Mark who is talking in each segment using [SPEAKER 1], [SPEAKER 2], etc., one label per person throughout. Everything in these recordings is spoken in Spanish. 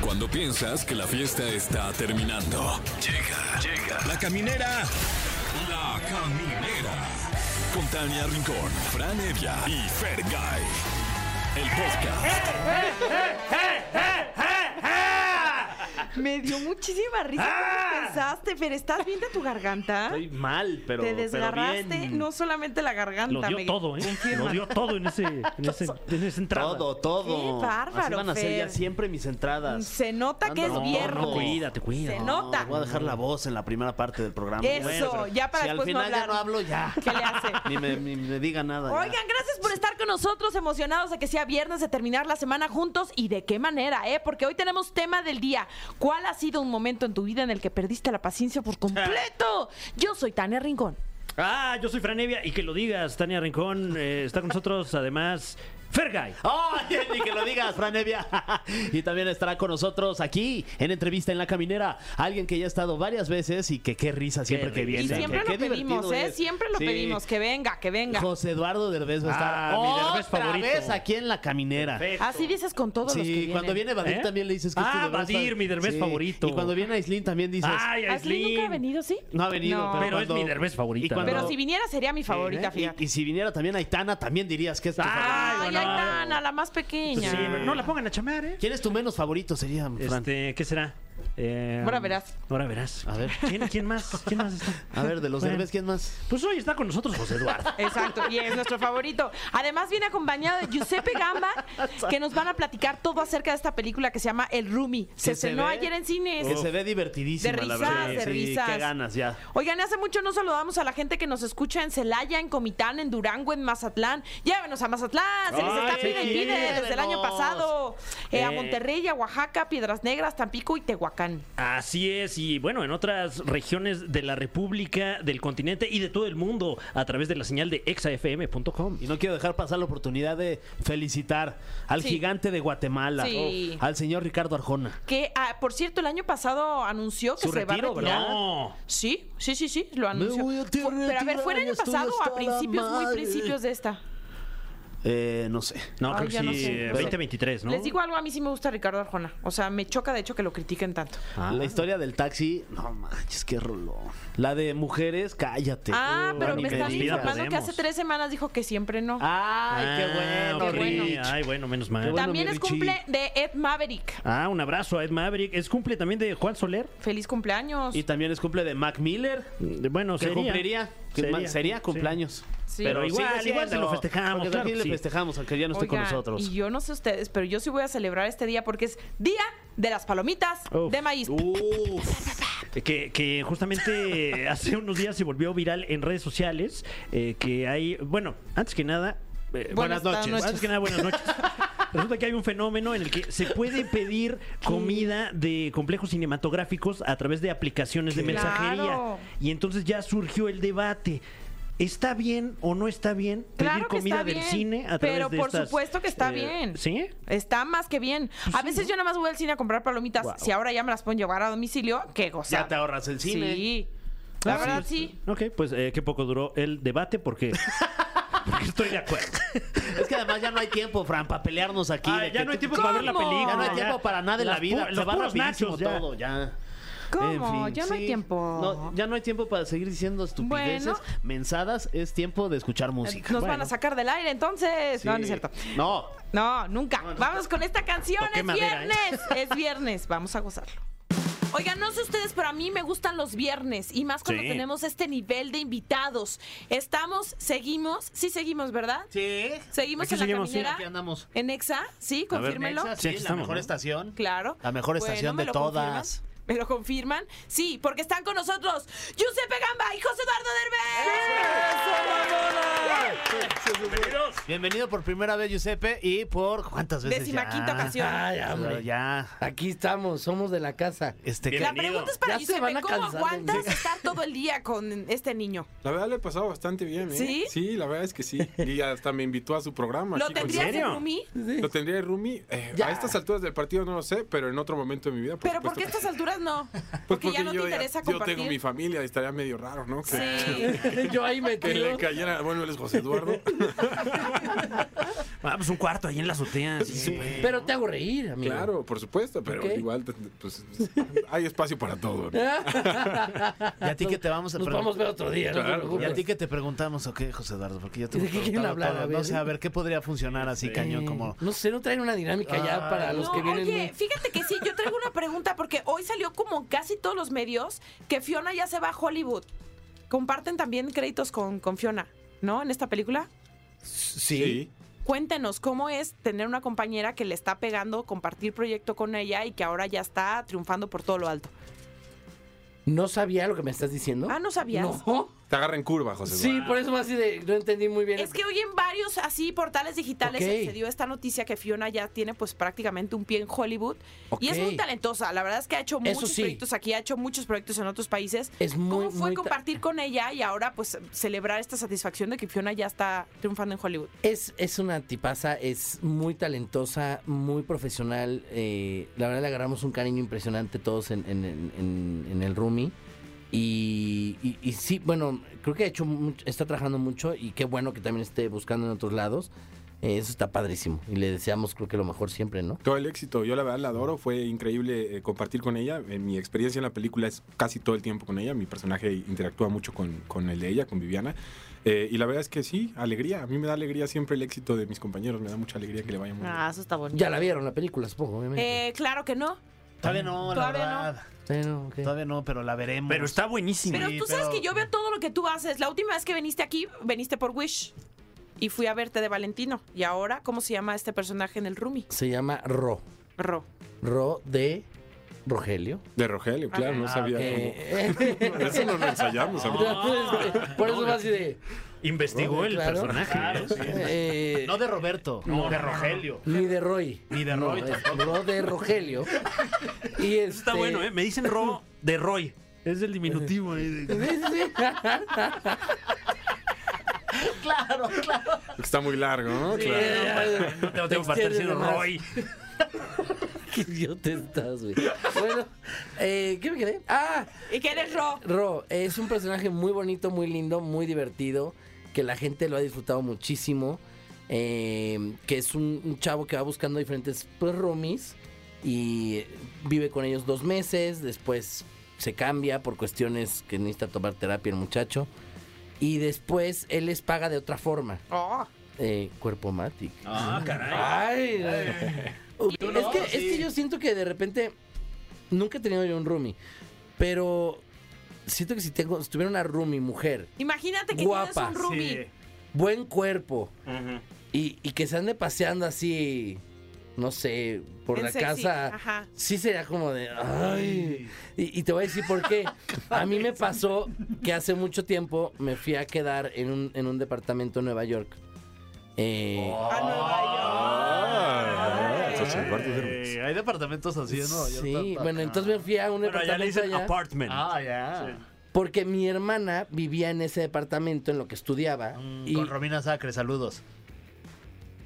[SPEAKER 1] Cuando piensas que la fiesta está terminando. Llega, llega. La caminera. La caminera. Con Tania Rincón, Fran Evia y Fer El podcast.
[SPEAKER 2] Me dio muchísima risa
[SPEAKER 3] ¡Ah!
[SPEAKER 2] cómo pensaste, Fer. ¿Estás bien de tu garganta?
[SPEAKER 3] Estoy mal, pero.
[SPEAKER 2] Te
[SPEAKER 3] pero
[SPEAKER 2] desgarraste
[SPEAKER 3] bien.
[SPEAKER 2] no solamente la garganta.
[SPEAKER 3] Lo dio
[SPEAKER 2] me-
[SPEAKER 3] todo, ¿eh? Lo dio todo en, ese, en, ese, en esa entrada.
[SPEAKER 4] Todo, todo.
[SPEAKER 2] Qué
[SPEAKER 3] Así
[SPEAKER 2] bárbaro,
[SPEAKER 3] van a ser
[SPEAKER 2] Fer.
[SPEAKER 3] ya siempre mis entradas.
[SPEAKER 2] Se nota que
[SPEAKER 4] Anda,
[SPEAKER 2] es
[SPEAKER 3] No,
[SPEAKER 2] viernes.
[SPEAKER 3] no, cuídate, cuídate.
[SPEAKER 2] Se nota.
[SPEAKER 4] Voy a dejar la voz en la primera parte del programa.
[SPEAKER 2] Eso,
[SPEAKER 3] pero
[SPEAKER 2] ya para
[SPEAKER 4] si al
[SPEAKER 2] después no
[SPEAKER 4] final ya
[SPEAKER 2] hablar.
[SPEAKER 4] no hablo, ya.
[SPEAKER 2] ¿Qué le hace?
[SPEAKER 4] Ni me, ni me diga nada. ya.
[SPEAKER 2] Oigan, gracias por estar con nosotros, emocionados de que sea viernes, de terminar la semana juntos y de qué manera, ¿eh? Porque hoy tenemos tema del día. ¿Cuál ha sido un momento en tu vida en el que perdiste la paciencia por completo? Yo soy Tania Rincón.
[SPEAKER 3] Ah, yo soy Franevia y que lo digas, Tania Rincón. eh, está con nosotros, además, Fergay.
[SPEAKER 4] ¡Ay, ni que lo digas, Franevia! Y también estará con nosotros aquí en entrevista en la caminera. Alguien que ya ha estado varias veces y que qué risa siempre que
[SPEAKER 3] risa.
[SPEAKER 4] viene.
[SPEAKER 2] Y
[SPEAKER 3] Exacto.
[SPEAKER 2] siempre
[SPEAKER 4] que
[SPEAKER 2] lo
[SPEAKER 4] qué
[SPEAKER 2] pedimos,
[SPEAKER 4] divertido
[SPEAKER 2] ¿eh?
[SPEAKER 4] es.
[SPEAKER 2] Siempre lo
[SPEAKER 4] Sí.
[SPEAKER 2] pedimos. Que venga, que venga.
[SPEAKER 4] José Eduardo Derbez va a estar
[SPEAKER 3] Ah, mi Derbez
[SPEAKER 4] otra
[SPEAKER 3] favorito.
[SPEAKER 4] vez aquí en la caminera.
[SPEAKER 2] Así dices con todos los que
[SPEAKER 4] Sí,
[SPEAKER 2] vienen.
[SPEAKER 4] cuando viene Badir
[SPEAKER 3] ¿Eh?
[SPEAKER 4] también le dices que es tu
[SPEAKER 3] Ah,
[SPEAKER 4] Derbez
[SPEAKER 3] Badir,
[SPEAKER 4] fa-
[SPEAKER 3] mi Derbez
[SPEAKER 4] Sí.
[SPEAKER 3] favorito.
[SPEAKER 4] Y cuando viene Aislinn también dices...
[SPEAKER 3] Ay,
[SPEAKER 2] ¿Ashley
[SPEAKER 3] Aislinn.
[SPEAKER 2] nunca ha venido, sí?
[SPEAKER 4] No ha venido,
[SPEAKER 2] No.
[SPEAKER 4] pero,
[SPEAKER 3] Pero es
[SPEAKER 4] cuando-
[SPEAKER 3] mi Derbez favorita.
[SPEAKER 4] y cuando-
[SPEAKER 2] Pero si viniera sería mi favorita,
[SPEAKER 4] ¿Eh?
[SPEAKER 2] fíjate.
[SPEAKER 4] Y, y si viniera también Aitana, también dirías
[SPEAKER 3] Ah.
[SPEAKER 4] que es tu favorito.
[SPEAKER 3] Ay,
[SPEAKER 2] Ay,
[SPEAKER 3] bueno.
[SPEAKER 2] Aitana, la más pequeña.
[SPEAKER 4] Pues
[SPEAKER 3] Sí, pero no la pongan a chamar, ¿eh?
[SPEAKER 4] ¿Quién es tu menos favorito sería, Fran?
[SPEAKER 3] Este, ¿Qué será? Eh,
[SPEAKER 2] Ahora verás.
[SPEAKER 3] Ahora verás.
[SPEAKER 4] A ver.
[SPEAKER 3] ¿Quién, quién más? ¿Quién más está?
[SPEAKER 4] A ver, de los
[SPEAKER 3] Bueno.
[SPEAKER 4] Derbez, ¿quién más?
[SPEAKER 3] Pues hoy está con nosotros José Eduardo.
[SPEAKER 2] Exacto, y es nuestro favorito. Además viene acompañado de Giuseppe Gamba, que nos van a platicar todo acerca de esta película que se llama El Rumi. Se
[SPEAKER 4] Que se
[SPEAKER 2] estrenó
[SPEAKER 4] ve-
[SPEAKER 2] ayer en cines.
[SPEAKER 4] Que se ve divertidísima,
[SPEAKER 2] De
[SPEAKER 4] la
[SPEAKER 2] risas,
[SPEAKER 4] verdad.
[SPEAKER 2] de
[SPEAKER 4] sí,
[SPEAKER 2] risas.
[SPEAKER 4] qué ganas ya.
[SPEAKER 2] Oigan, hace mucho no saludamos a la gente que nos escucha en Celaya, en Comitán, en Durango, en Mazatlán. Llévenos a Mazatlán, se les
[SPEAKER 3] Ay,
[SPEAKER 2] está
[SPEAKER 3] sí,
[SPEAKER 2] pide y pide desde el año
[SPEAKER 4] llévenos.
[SPEAKER 2] pasado. Eh, a
[SPEAKER 3] Eh.
[SPEAKER 2] Monterrey, a Oaxaca, Piedras Negras, Tampico y Tehuacán.
[SPEAKER 3] Así es, y bueno, en otras regiones de la República, del continente y de todo el mundo, a través de la señal de exafm.com.
[SPEAKER 4] Y no quiero dejar pasar la oportunidad de felicitar al
[SPEAKER 2] Sí.
[SPEAKER 4] gigante de Guatemala,
[SPEAKER 2] Sí.
[SPEAKER 4] al señor Ricardo Arjona.
[SPEAKER 2] Que, ah, por cierto, el año pasado anunció que
[SPEAKER 4] Su
[SPEAKER 2] se
[SPEAKER 4] retiro,
[SPEAKER 2] va a retirar.
[SPEAKER 4] ¿verdad?
[SPEAKER 3] No.
[SPEAKER 2] Sí, sí, sí, sí, lo anunció.
[SPEAKER 4] voy a
[SPEAKER 2] Fue- Pero a ver, ¿fue el
[SPEAKER 4] retirar,
[SPEAKER 2] año
[SPEAKER 4] estoy
[SPEAKER 2] pasado o
[SPEAKER 4] hasta
[SPEAKER 2] a
[SPEAKER 4] la
[SPEAKER 2] principios, muy
[SPEAKER 4] madre.
[SPEAKER 2] principios de esta?
[SPEAKER 4] Eh, no sé.
[SPEAKER 3] No,
[SPEAKER 2] Ay,
[SPEAKER 3] creo que
[SPEAKER 2] ya
[SPEAKER 3] sí,
[SPEAKER 2] no sé.
[SPEAKER 3] eh, 2023, ¿no?
[SPEAKER 2] Les digo algo, a mí sí me gusta Ricardo Arjona. O sea, me choca de hecho que lo critiquen tanto.
[SPEAKER 3] Ah.
[SPEAKER 4] La historia del taxi, no manches, qué rolón. La de mujeres, cállate.
[SPEAKER 2] Ah,
[SPEAKER 4] Uh,
[SPEAKER 2] pero
[SPEAKER 4] ni
[SPEAKER 2] me estás
[SPEAKER 3] digas.
[SPEAKER 2] informando que hace
[SPEAKER 3] Podemos.
[SPEAKER 2] tres semanas dijo que siempre no.
[SPEAKER 4] Ay, qué
[SPEAKER 3] Ah,
[SPEAKER 4] bueno,
[SPEAKER 3] ok.
[SPEAKER 4] Rich.
[SPEAKER 3] Ay, bueno, menos mal.
[SPEAKER 4] Qué bueno.
[SPEAKER 2] También
[SPEAKER 4] mi
[SPEAKER 2] es
[SPEAKER 4] Richie.
[SPEAKER 2] cumple de Ed Maverick.
[SPEAKER 3] Ah, un abrazo a Ed Maverick. ¿Es cumple también de Juan Soler?
[SPEAKER 2] Feliz cumpleaños.
[SPEAKER 4] Y también es cumple de Mac Miller.
[SPEAKER 3] De- Bueno,
[SPEAKER 4] Que
[SPEAKER 3] sería.
[SPEAKER 4] cumpliría. que ma- sería, cumpleaños.
[SPEAKER 2] Sí.
[SPEAKER 4] Pero
[SPEAKER 3] Pero igual,
[SPEAKER 4] igual,
[SPEAKER 3] igual se lo festejamos,
[SPEAKER 4] Porque
[SPEAKER 3] claro
[SPEAKER 4] también
[SPEAKER 3] que
[SPEAKER 4] le
[SPEAKER 3] sí.
[SPEAKER 4] festejamos, aunque ya no esté con
[SPEAKER 2] Oigan,
[SPEAKER 4] nosotros.
[SPEAKER 2] Y yo no sé ustedes, pero yo sí voy a celebrar este día porque es Día de las Palomitas
[SPEAKER 3] Uf.
[SPEAKER 2] de Maíz.
[SPEAKER 3] Sí. Que, que justamente hace unos días se volvió viral en redes sociales. eh, que hay. Bueno, antes que nada. eh,
[SPEAKER 2] Buenas noches.
[SPEAKER 3] Antes que nada, buenas noches. Resulta que hay un fenómeno en el que se puede pedir comida de complejos cinematográficos a través de aplicaciones de mensajería.
[SPEAKER 2] Claro.
[SPEAKER 3] Y entonces ya surgió el debate. ¿Está bien o no está bien pedir
[SPEAKER 2] Claro que
[SPEAKER 3] comida
[SPEAKER 2] está
[SPEAKER 3] del
[SPEAKER 2] bien,
[SPEAKER 3] cine a través
[SPEAKER 2] pero
[SPEAKER 3] de
[SPEAKER 2] por
[SPEAKER 3] estas, eh,
[SPEAKER 2] supuesto que está bien.
[SPEAKER 3] ¿Sí?
[SPEAKER 2] Está más que bien. a veces yo nada más voy al cine a comprar palomitas.
[SPEAKER 3] Guau.
[SPEAKER 2] Si ahora ya me las pueden llevar a domicilio, qué gozada.
[SPEAKER 4] Ya te ahorras el cine.
[SPEAKER 2] Sí. La
[SPEAKER 3] Ah,
[SPEAKER 2] verdad,
[SPEAKER 3] pues,
[SPEAKER 2] sí.
[SPEAKER 3] Ok, pues eh, qué poco duró el debate porque, porque estoy de acuerdo.
[SPEAKER 4] Es que además ya no hay tiempo, Fran, para pelearnos aquí.
[SPEAKER 3] Ah,
[SPEAKER 4] de
[SPEAKER 3] ya
[SPEAKER 4] que
[SPEAKER 3] no hay
[SPEAKER 4] tú-
[SPEAKER 3] tiempo para ver la
[SPEAKER 2] ¿Cómo?
[SPEAKER 3] película.
[SPEAKER 4] Ya no hay tiempo para nada en la
[SPEAKER 3] Las
[SPEAKER 4] vida.
[SPEAKER 3] pu-
[SPEAKER 4] Se
[SPEAKER 3] los
[SPEAKER 4] va
[SPEAKER 3] puros
[SPEAKER 4] rapidísimo
[SPEAKER 3] nachos, ya.
[SPEAKER 4] todo, ya.
[SPEAKER 2] ¿Cómo?
[SPEAKER 4] En fin,
[SPEAKER 2] ya no hay
[SPEAKER 4] sí.
[SPEAKER 2] tiempo.
[SPEAKER 4] No, ya no hay tiempo para seguir diciendo estupideces,
[SPEAKER 2] Bueno.
[SPEAKER 4] mensadas. Es tiempo de escuchar
[SPEAKER 2] Eh,
[SPEAKER 4] música.
[SPEAKER 2] Nos van
[SPEAKER 3] Bueno.
[SPEAKER 2] a sacar del aire entonces. No, no es cierto.
[SPEAKER 4] No.
[SPEAKER 2] No, nunca. Vamos con esta canción.
[SPEAKER 3] Toqué
[SPEAKER 2] es
[SPEAKER 3] madera, ¿eh?
[SPEAKER 2] viernes. Es viernes. Vamos a gozarlo. Oigan, no sé ustedes, pero a mí me gustan los viernes y más cuando
[SPEAKER 3] Sí.
[SPEAKER 2] tenemos este nivel de invitados. Estamos, seguimos, sí seguimos, ¿verdad?
[SPEAKER 4] Sí.
[SPEAKER 2] Seguimos
[SPEAKER 3] Aquí
[SPEAKER 2] en la
[SPEAKER 3] seguimos, sí.
[SPEAKER 2] caminera.
[SPEAKER 4] Aquí andamos.
[SPEAKER 2] En Exa, sí,
[SPEAKER 3] A ver,
[SPEAKER 2] confírmelo.
[SPEAKER 4] Nexa,
[SPEAKER 3] Sí,
[SPEAKER 4] sí,
[SPEAKER 3] aquí
[SPEAKER 4] la
[SPEAKER 3] estamos,
[SPEAKER 4] mejor
[SPEAKER 3] ¿no?
[SPEAKER 4] estación.
[SPEAKER 2] Claro.
[SPEAKER 4] La mejor
[SPEAKER 2] Bueno,
[SPEAKER 4] estación
[SPEAKER 2] ¿me
[SPEAKER 4] de
[SPEAKER 2] lo
[SPEAKER 4] todas.
[SPEAKER 2] confirman? ¿Me lo confirman? Sí, porque están con nosotros Giuseppe Gamba y José Eduardo Derbez.
[SPEAKER 4] Bienvenido por primera vez, Giuseppe, y por cuántas veces. ya?
[SPEAKER 2] Decimaquinta ocasión.
[SPEAKER 5] Ay,
[SPEAKER 4] Pero
[SPEAKER 5] hombre.
[SPEAKER 4] ya.
[SPEAKER 5] Aquí estamos, somos de la casa.
[SPEAKER 4] Este,
[SPEAKER 2] La pregunta es para
[SPEAKER 5] Ya se van
[SPEAKER 2] Giuseppe,
[SPEAKER 5] a
[SPEAKER 2] ¿cómo
[SPEAKER 5] cansar de
[SPEAKER 2] aguantas
[SPEAKER 5] mí.
[SPEAKER 2] estar todo el día con este niño?
[SPEAKER 6] La verdad le he pasado bastante bien, ¿eh?
[SPEAKER 2] ¿Sí?
[SPEAKER 6] la verdad es que sí. Y hasta me invitó a su programa.
[SPEAKER 4] Pues
[SPEAKER 2] ¿Lo
[SPEAKER 6] aquí con-
[SPEAKER 2] tendrías
[SPEAKER 3] serio?
[SPEAKER 2] en Rumi?
[SPEAKER 6] Lo tendría el Rumi. eh,
[SPEAKER 5] Ya.
[SPEAKER 6] a estas alturas del partido no lo sé, pero en otro momento de mi vida.
[SPEAKER 2] Pero ¿por qué a
[SPEAKER 6] supuesto
[SPEAKER 2] estas alturas ustedes no. Porque, ya no te
[SPEAKER 6] Pues yo,
[SPEAKER 2] interesa
[SPEAKER 6] yo
[SPEAKER 2] compartir.
[SPEAKER 6] tengo mi familia y estaría medio raro, ¿no? Que,
[SPEAKER 2] Sí.
[SPEAKER 5] Yo ahí
[SPEAKER 6] que
[SPEAKER 5] metido.
[SPEAKER 6] le cayera. Bueno, él es José Eduardo.
[SPEAKER 3] Ah, pues un cuarto ahí en la azotea. sí se puede.
[SPEAKER 5] Pero te hago reír, amigo.
[SPEAKER 6] Claro, por supuesto, pero
[SPEAKER 5] Ok.
[SPEAKER 6] igual pues, hay espacio para todo. ¿no?
[SPEAKER 2] Ah.
[SPEAKER 4] Y a ti que te vamos a
[SPEAKER 5] Nos
[SPEAKER 4] pregun-
[SPEAKER 5] vamos a ver otro día, no te
[SPEAKER 6] Claro,
[SPEAKER 4] Y
[SPEAKER 5] preocupes.
[SPEAKER 4] a ti que te preguntamos, ¿o qué, José Eduardo? Porque yo te
[SPEAKER 5] ¿De
[SPEAKER 4] hemos
[SPEAKER 5] qué quieren
[SPEAKER 4] preguntado
[SPEAKER 5] hablar? A
[SPEAKER 4] todo.
[SPEAKER 5] ver.
[SPEAKER 4] No sé, a ver, ¿qué podría funcionar así, cañón? Como...
[SPEAKER 5] No sé, no traen una dinámica
[SPEAKER 6] Ah,
[SPEAKER 5] ya para los
[SPEAKER 2] No,
[SPEAKER 5] que vienen.
[SPEAKER 2] oye, fíjate que sí, yo traigo una pregunta porque hoy salió como en casi todos los medios que Fiona ya se va a Hollywood. Comparten también créditos con, con Fiona, ¿no? En esta película.
[SPEAKER 6] Sí.
[SPEAKER 2] Cuéntenos cómo es tener una compañera que le está pegando, compartir proyecto con ella y que ahora ya está triunfando por todo lo alto.
[SPEAKER 5] No sabía lo que me estás diciendo.
[SPEAKER 2] Ah, ¿no sabías?
[SPEAKER 5] No.
[SPEAKER 6] Te agarra en curva, José
[SPEAKER 5] Sí,
[SPEAKER 6] Eduardo.
[SPEAKER 5] por eso más así de. No entendí muy bien.
[SPEAKER 2] Es que hoy en varios así portales digitales
[SPEAKER 5] Ok.
[SPEAKER 2] se dio esta noticia que Fiona ya tiene pues prácticamente un pie en Hollywood y es
[SPEAKER 5] Ok.
[SPEAKER 2] muy talentosa. La verdad es que ha hecho
[SPEAKER 5] Eso
[SPEAKER 2] muchos
[SPEAKER 5] sí.
[SPEAKER 2] proyectos aquí, ha hecho muchos proyectos en otros países.
[SPEAKER 5] Es muy,
[SPEAKER 2] ¿Cómo fue
[SPEAKER 5] muy ta-
[SPEAKER 2] compartir con ella y ahora pues celebrar esta satisfacción de que Fiona ya está triunfando en Hollywood?
[SPEAKER 5] Es, es una tipaza, es muy talentosa, muy profesional. eh, la verdad le agarramos un cariño impresionante todos en, en- en- en- en el roomie. Y, y- y sí, bueno, creo que ha hecho mucho- está trabajando mucho y qué bueno que también esté buscando en otros lados. Eh, eso está padrísimo. Y le deseamos creo que lo mejor siempre, ¿no?
[SPEAKER 6] Todo el éxito, yo la verdad la adoro, fue increíble eh, compartir con ella. Eh, mi experiencia en la película es casi todo el tiempo con ella, mi personaje interactúa mucho con, con el de ella, con Viviana. Eh, y la verdad es que sí, alegría, a mí me da alegría siempre el éxito de mis compañeros, me da mucha alegría que le vaya muy bien.
[SPEAKER 2] Ah, eso está bonito.
[SPEAKER 5] Ya la vieron la película, supongo, obviamente.
[SPEAKER 2] Eh, claro que no.
[SPEAKER 4] Todavía no, la
[SPEAKER 2] Todavía no.
[SPEAKER 4] verdad.
[SPEAKER 5] Bueno, ok.
[SPEAKER 4] Todavía no, pero la veremos.
[SPEAKER 3] Pero está buenísimo.
[SPEAKER 2] Pero
[SPEAKER 4] Sí,
[SPEAKER 2] tú sabes
[SPEAKER 4] pero-
[SPEAKER 2] que yo veo todo lo que tú haces. La última vez que viniste aquí, viniste por Wish y fui a verte de Valentino. Y ahora, ¿cómo se llama este personaje en el roomie?
[SPEAKER 5] Se llama Ro.
[SPEAKER 2] Ro.
[SPEAKER 5] Ro de Rogelio.
[SPEAKER 6] De Rogelio, claro, no
[SPEAKER 4] Ah,
[SPEAKER 6] sabía.
[SPEAKER 5] Eh,
[SPEAKER 6] cómo- Eso no lo ensayamos, amigo.
[SPEAKER 5] Por eso va así de. eh,
[SPEAKER 3] Investigó el
[SPEAKER 5] Claro.
[SPEAKER 3] personaje.
[SPEAKER 4] Claro, sí.
[SPEAKER 5] eh,
[SPEAKER 4] No de Roberto, no, de Rogelio.
[SPEAKER 5] Ni de Roy.
[SPEAKER 4] Ni de Roy
[SPEAKER 5] es Ro de Rogelio. Y este...
[SPEAKER 3] Está bueno, ¿eh? Me dicen Ro de Roy. Es el diminutivo. ahí de-
[SPEAKER 5] Sí, sí.
[SPEAKER 6] Está muy largo, ¿no? Claro.
[SPEAKER 5] Eh,
[SPEAKER 3] No te lo tengo para estar diciendo
[SPEAKER 5] extiende más.
[SPEAKER 3] Roy.
[SPEAKER 5] Qué idiota estás, güey. Bueno, eh, ¿qué me quedé? Ah,
[SPEAKER 2] ¿Y que eres Ro?
[SPEAKER 5] Ro, es un personaje muy bonito, muy lindo, muy divertido, que la gente lo ha disfrutado muchísimo, eh, que es un, un chavo que va buscando diferentes pues, roomies y vive con ellos dos meses, después se cambia por cuestiones que necesita tomar terapia el muchacho y después él les paga de otra forma,
[SPEAKER 2] Oh.
[SPEAKER 5] eh, cuerpo matic.
[SPEAKER 4] Ah, caray.
[SPEAKER 5] Ay,
[SPEAKER 4] ¿Tú
[SPEAKER 5] es,
[SPEAKER 4] no?
[SPEAKER 5] que, es
[SPEAKER 4] Sí.
[SPEAKER 5] que yo siento que de repente nunca he tenido yo un roomie, pero siento que si tengo, si tuviera una roomie mujer,
[SPEAKER 2] Imagínate que
[SPEAKER 5] Guapa,
[SPEAKER 2] tienes un roomie.
[SPEAKER 5] buen cuerpo y, y que se ande paseando así, no sé, por
[SPEAKER 2] Bien
[SPEAKER 5] la
[SPEAKER 2] sexy,
[SPEAKER 5] casa,
[SPEAKER 2] ajá.
[SPEAKER 5] sí sería como de, ay, y, y te voy a decir por qué. a mí me pasó que hace mucho tiempo me fui a quedar en un, en un departamento en Nueva York. Eh,
[SPEAKER 2] A Nueva
[SPEAKER 6] Ah,
[SPEAKER 2] York.
[SPEAKER 6] José Eduardo Hermes.
[SPEAKER 4] Eh, hay departamentos así, ¿no? Yo
[SPEAKER 5] Sí,
[SPEAKER 4] tan-
[SPEAKER 5] bueno, entonces me fui a un
[SPEAKER 3] Pero allá le
[SPEAKER 5] departamento
[SPEAKER 3] dicen
[SPEAKER 5] allá,
[SPEAKER 3] apartment.
[SPEAKER 4] Ah, ya.
[SPEAKER 5] porque mi hermana vivía en ese departamento en lo que estudiaba
[SPEAKER 4] Mm,
[SPEAKER 5] y
[SPEAKER 4] Con Romina Sacre, saludos.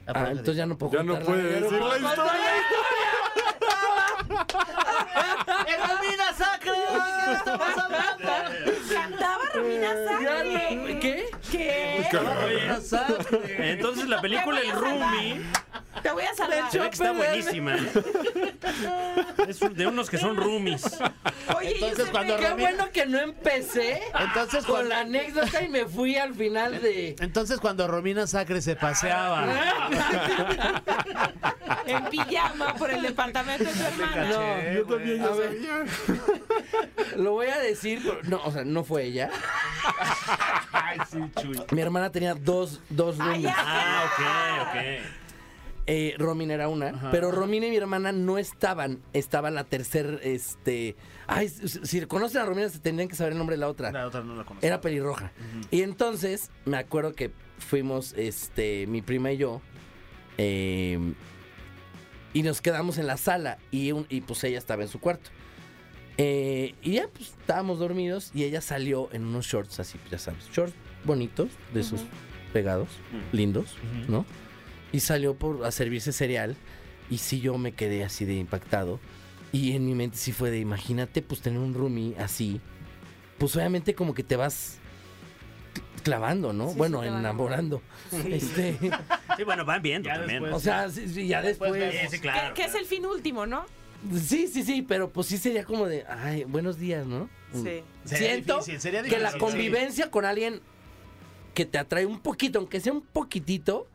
[SPEAKER 5] Ah, entonces ya no puedo
[SPEAKER 6] Ya no
[SPEAKER 5] contarla,
[SPEAKER 6] puede
[SPEAKER 5] ya no
[SPEAKER 6] decir
[SPEAKER 5] puedo
[SPEAKER 6] la
[SPEAKER 5] contarla.
[SPEAKER 6] historia.
[SPEAKER 4] ¡Eh, ¡Romina Sacre! ¿Qué estamos hablando?
[SPEAKER 2] ¿Cantaba Romina
[SPEAKER 5] Ya
[SPEAKER 2] Sacre?
[SPEAKER 5] no- ¿Qué?
[SPEAKER 2] ¿Qué?
[SPEAKER 4] ¡Romina Sacre!
[SPEAKER 3] Entonces la película
[SPEAKER 2] Te
[SPEAKER 3] El
[SPEAKER 2] voy a salvar.
[SPEAKER 3] Roomie
[SPEAKER 2] Te voy a salvar.
[SPEAKER 3] se ve que está buenísima. Es un- de unos que son roomies.
[SPEAKER 2] Oye,
[SPEAKER 4] Entonces,
[SPEAKER 2] Giuseppe,
[SPEAKER 4] cuando
[SPEAKER 5] Qué
[SPEAKER 4] Romina-
[SPEAKER 5] bueno que no empecé
[SPEAKER 4] Entonces,
[SPEAKER 5] con
[SPEAKER 4] cuando-
[SPEAKER 5] la anécdota y me fui al final de
[SPEAKER 4] Entonces cuando Romina Sacre se
[SPEAKER 5] Ah,
[SPEAKER 4] paseaba.
[SPEAKER 2] en pijama por el departamento de tu hermana.
[SPEAKER 5] No,
[SPEAKER 6] Yo también ya sabía.
[SPEAKER 5] lo voy a decir, pero- no, o sea, no fue ella. Mi hermana tenía dos, dos
[SPEAKER 2] Ay,
[SPEAKER 5] roomies.
[SPEAKER 2] ya.
[SPEAKER 3] Ah, ok,
[SPEAKER 5] Eh, Romina era una, pero Romina y mi hermana no estaban. Estaba la tercer, este... Ay, si si conocen a Romina, se tendrían que saber el nombre de la otra.
[SPEAKER 4] La otra no la conozco.
[SPEAKER 5] Era pelirroja. Y entonces, me acuerdo que fuimos, este, mi prima y yo, eh, y nos quedamos en la sala, y, un- y pues ella estaba en su cuarto. Eh, y ya, pues estábamos dormidos, y ella salió en unos shorts así, ya sabes, shorts bonitos, de esos pegados, lindos, ¿no? Y salió por, a servirse cereal, y sí yo me quedé así de impactado. Y en mi mente sí fue de, imagínate, pues tener un roomie así. Pues obviamente como que te vas clavando, ¿no?
[SPEAKER 2] Sí,
[SPEAKER 5] bueno,
[SPEAKER 2] sí, te van
[SPEAKER 5] enamorando. Este,
[SPEAKER 3] Sí, bueno, van viendo
[SPEAKER 4] Ya
[SPEAKER 3] también.
[SPEAKER 4] después.
[SPEAKER 5] o sea, sí, sí, ya
[SPEAKER 4] Después
[SPEAKER 5] después...
[SPEAKER 4] vemos.
[SPEAKER 3] Sí,
[SPEAKER 2] Que-
[SPEAKER 3] claro.
[SPEAKER 2] Que es el fin último, ¿no?
[SPEAKER 5] Sí, sí, sí, pero pues sí sería como de, ay, buenos días, ¿no?
[SPEAKER 2] Sí.
[SPEAKER 4] Sería
[SPEAKER 5] Siento
[SPEAKER 4] difícil, sería
[SPEAKER 5] que la
[SPEAKER 4] difícil,
[SPEAKER 5] convivencia con alguien que te atrae un poquito, aunque sea un poquitito,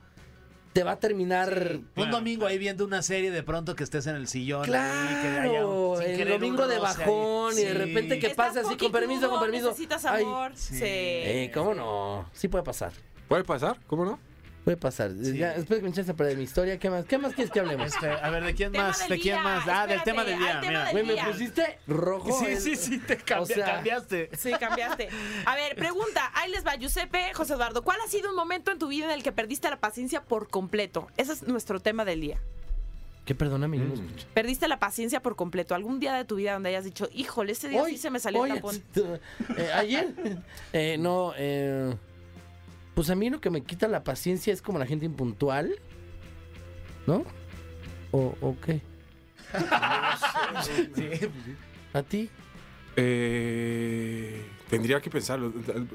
[SPEAKER 5] te va a terminar.
[SPEAKER 4] Un domingo ahí viendo una serie de pronto que estés en el sillón. ahí, que haya un-
[SPEAKER 5] Claro,
[SPEAKER 4] sin
[SPEAKER 5] el
[SPEAKER 4] querer un
[SPEAKER 5] domingo de
[SPEAKER 4] roce ahí.
[SPEAKER 5] bajón y de
[SPEAKER 4] Sí.
[SPEAKER 5] repente que pasa así con permiso, con permiso.
[SPEAKER 2] Necesitas
[SPEAKER 5] Ay,
[SPEAKER 2] amor. sí.
[SPEAKER 5] eh, ¿Cómo no? Sí puede pasar.
[SPEAKER 6] ¿Puede pasar? ¿Cómo no?
[SPEAKER 5] Puede pasar. Ya, después de que me echaste a perder mi historia, ¿qué más? ¿Qué más quieres que hablemos?
[SPEAKER 4] Este, a ver, ¿de quién
[SPEAKER 2] Tema
[SPEAKER 4] más?
[SPEAKER 2] del
[SPEAKER 4] ¿De quién
[SPEAKER 2] día,
[SPEAKER 4] más? Ah, del
[SPEAKER 2] espérate,
[SPEAKER 4] tema del
[SPEAKER 2] al
[SPEAKER 4] día.
[SPEAKER 2] tema
[SPEAKER 4] mira.
[SPEAKER 2] del
[SPEAKER 5] Güey, me
[SPEAKER 2] día.
[SPEAKER 5] pusiste rojo.
[SPEAKER 4] Sí,
[SPEAKER 5] el-
[SPEAKER 4] sí, sí, te cambi-
[SPEAKER 5] o sea,
[SPEAKER 4] cambiaste.
[SPEAKER 2] Sí, cambiaste. A ver, pregunta. Ahí les va, Giuseppe, José Eduardo. ¿Cuál ha sido un momento en tu vida en el que perdiste la paciencia por completo? Ese es nuestro tema del día.
[SPEAKER 5] ¿Qué perdóname? yo no
[SPEAKER 2] Mm.
[SPEAKER 5] escuché.
[SPEAKER 2] Perdiste la paciencia por completo. ¿Algún día de tu vida donde hayas dicho, híjole, ese día sí se me salió
[SPEAKER 5] hoy,
[SPEAKER 2] el tapón?
[SPEAKER 5] eh, ayer. Eh, no, eh, pues a mí lo que me quita la paciencia es como la gente impuntual. ¿No? ¿O, o qué? ¿A ti?
[SPEAKER 6] Eh, tendría que pensarlo.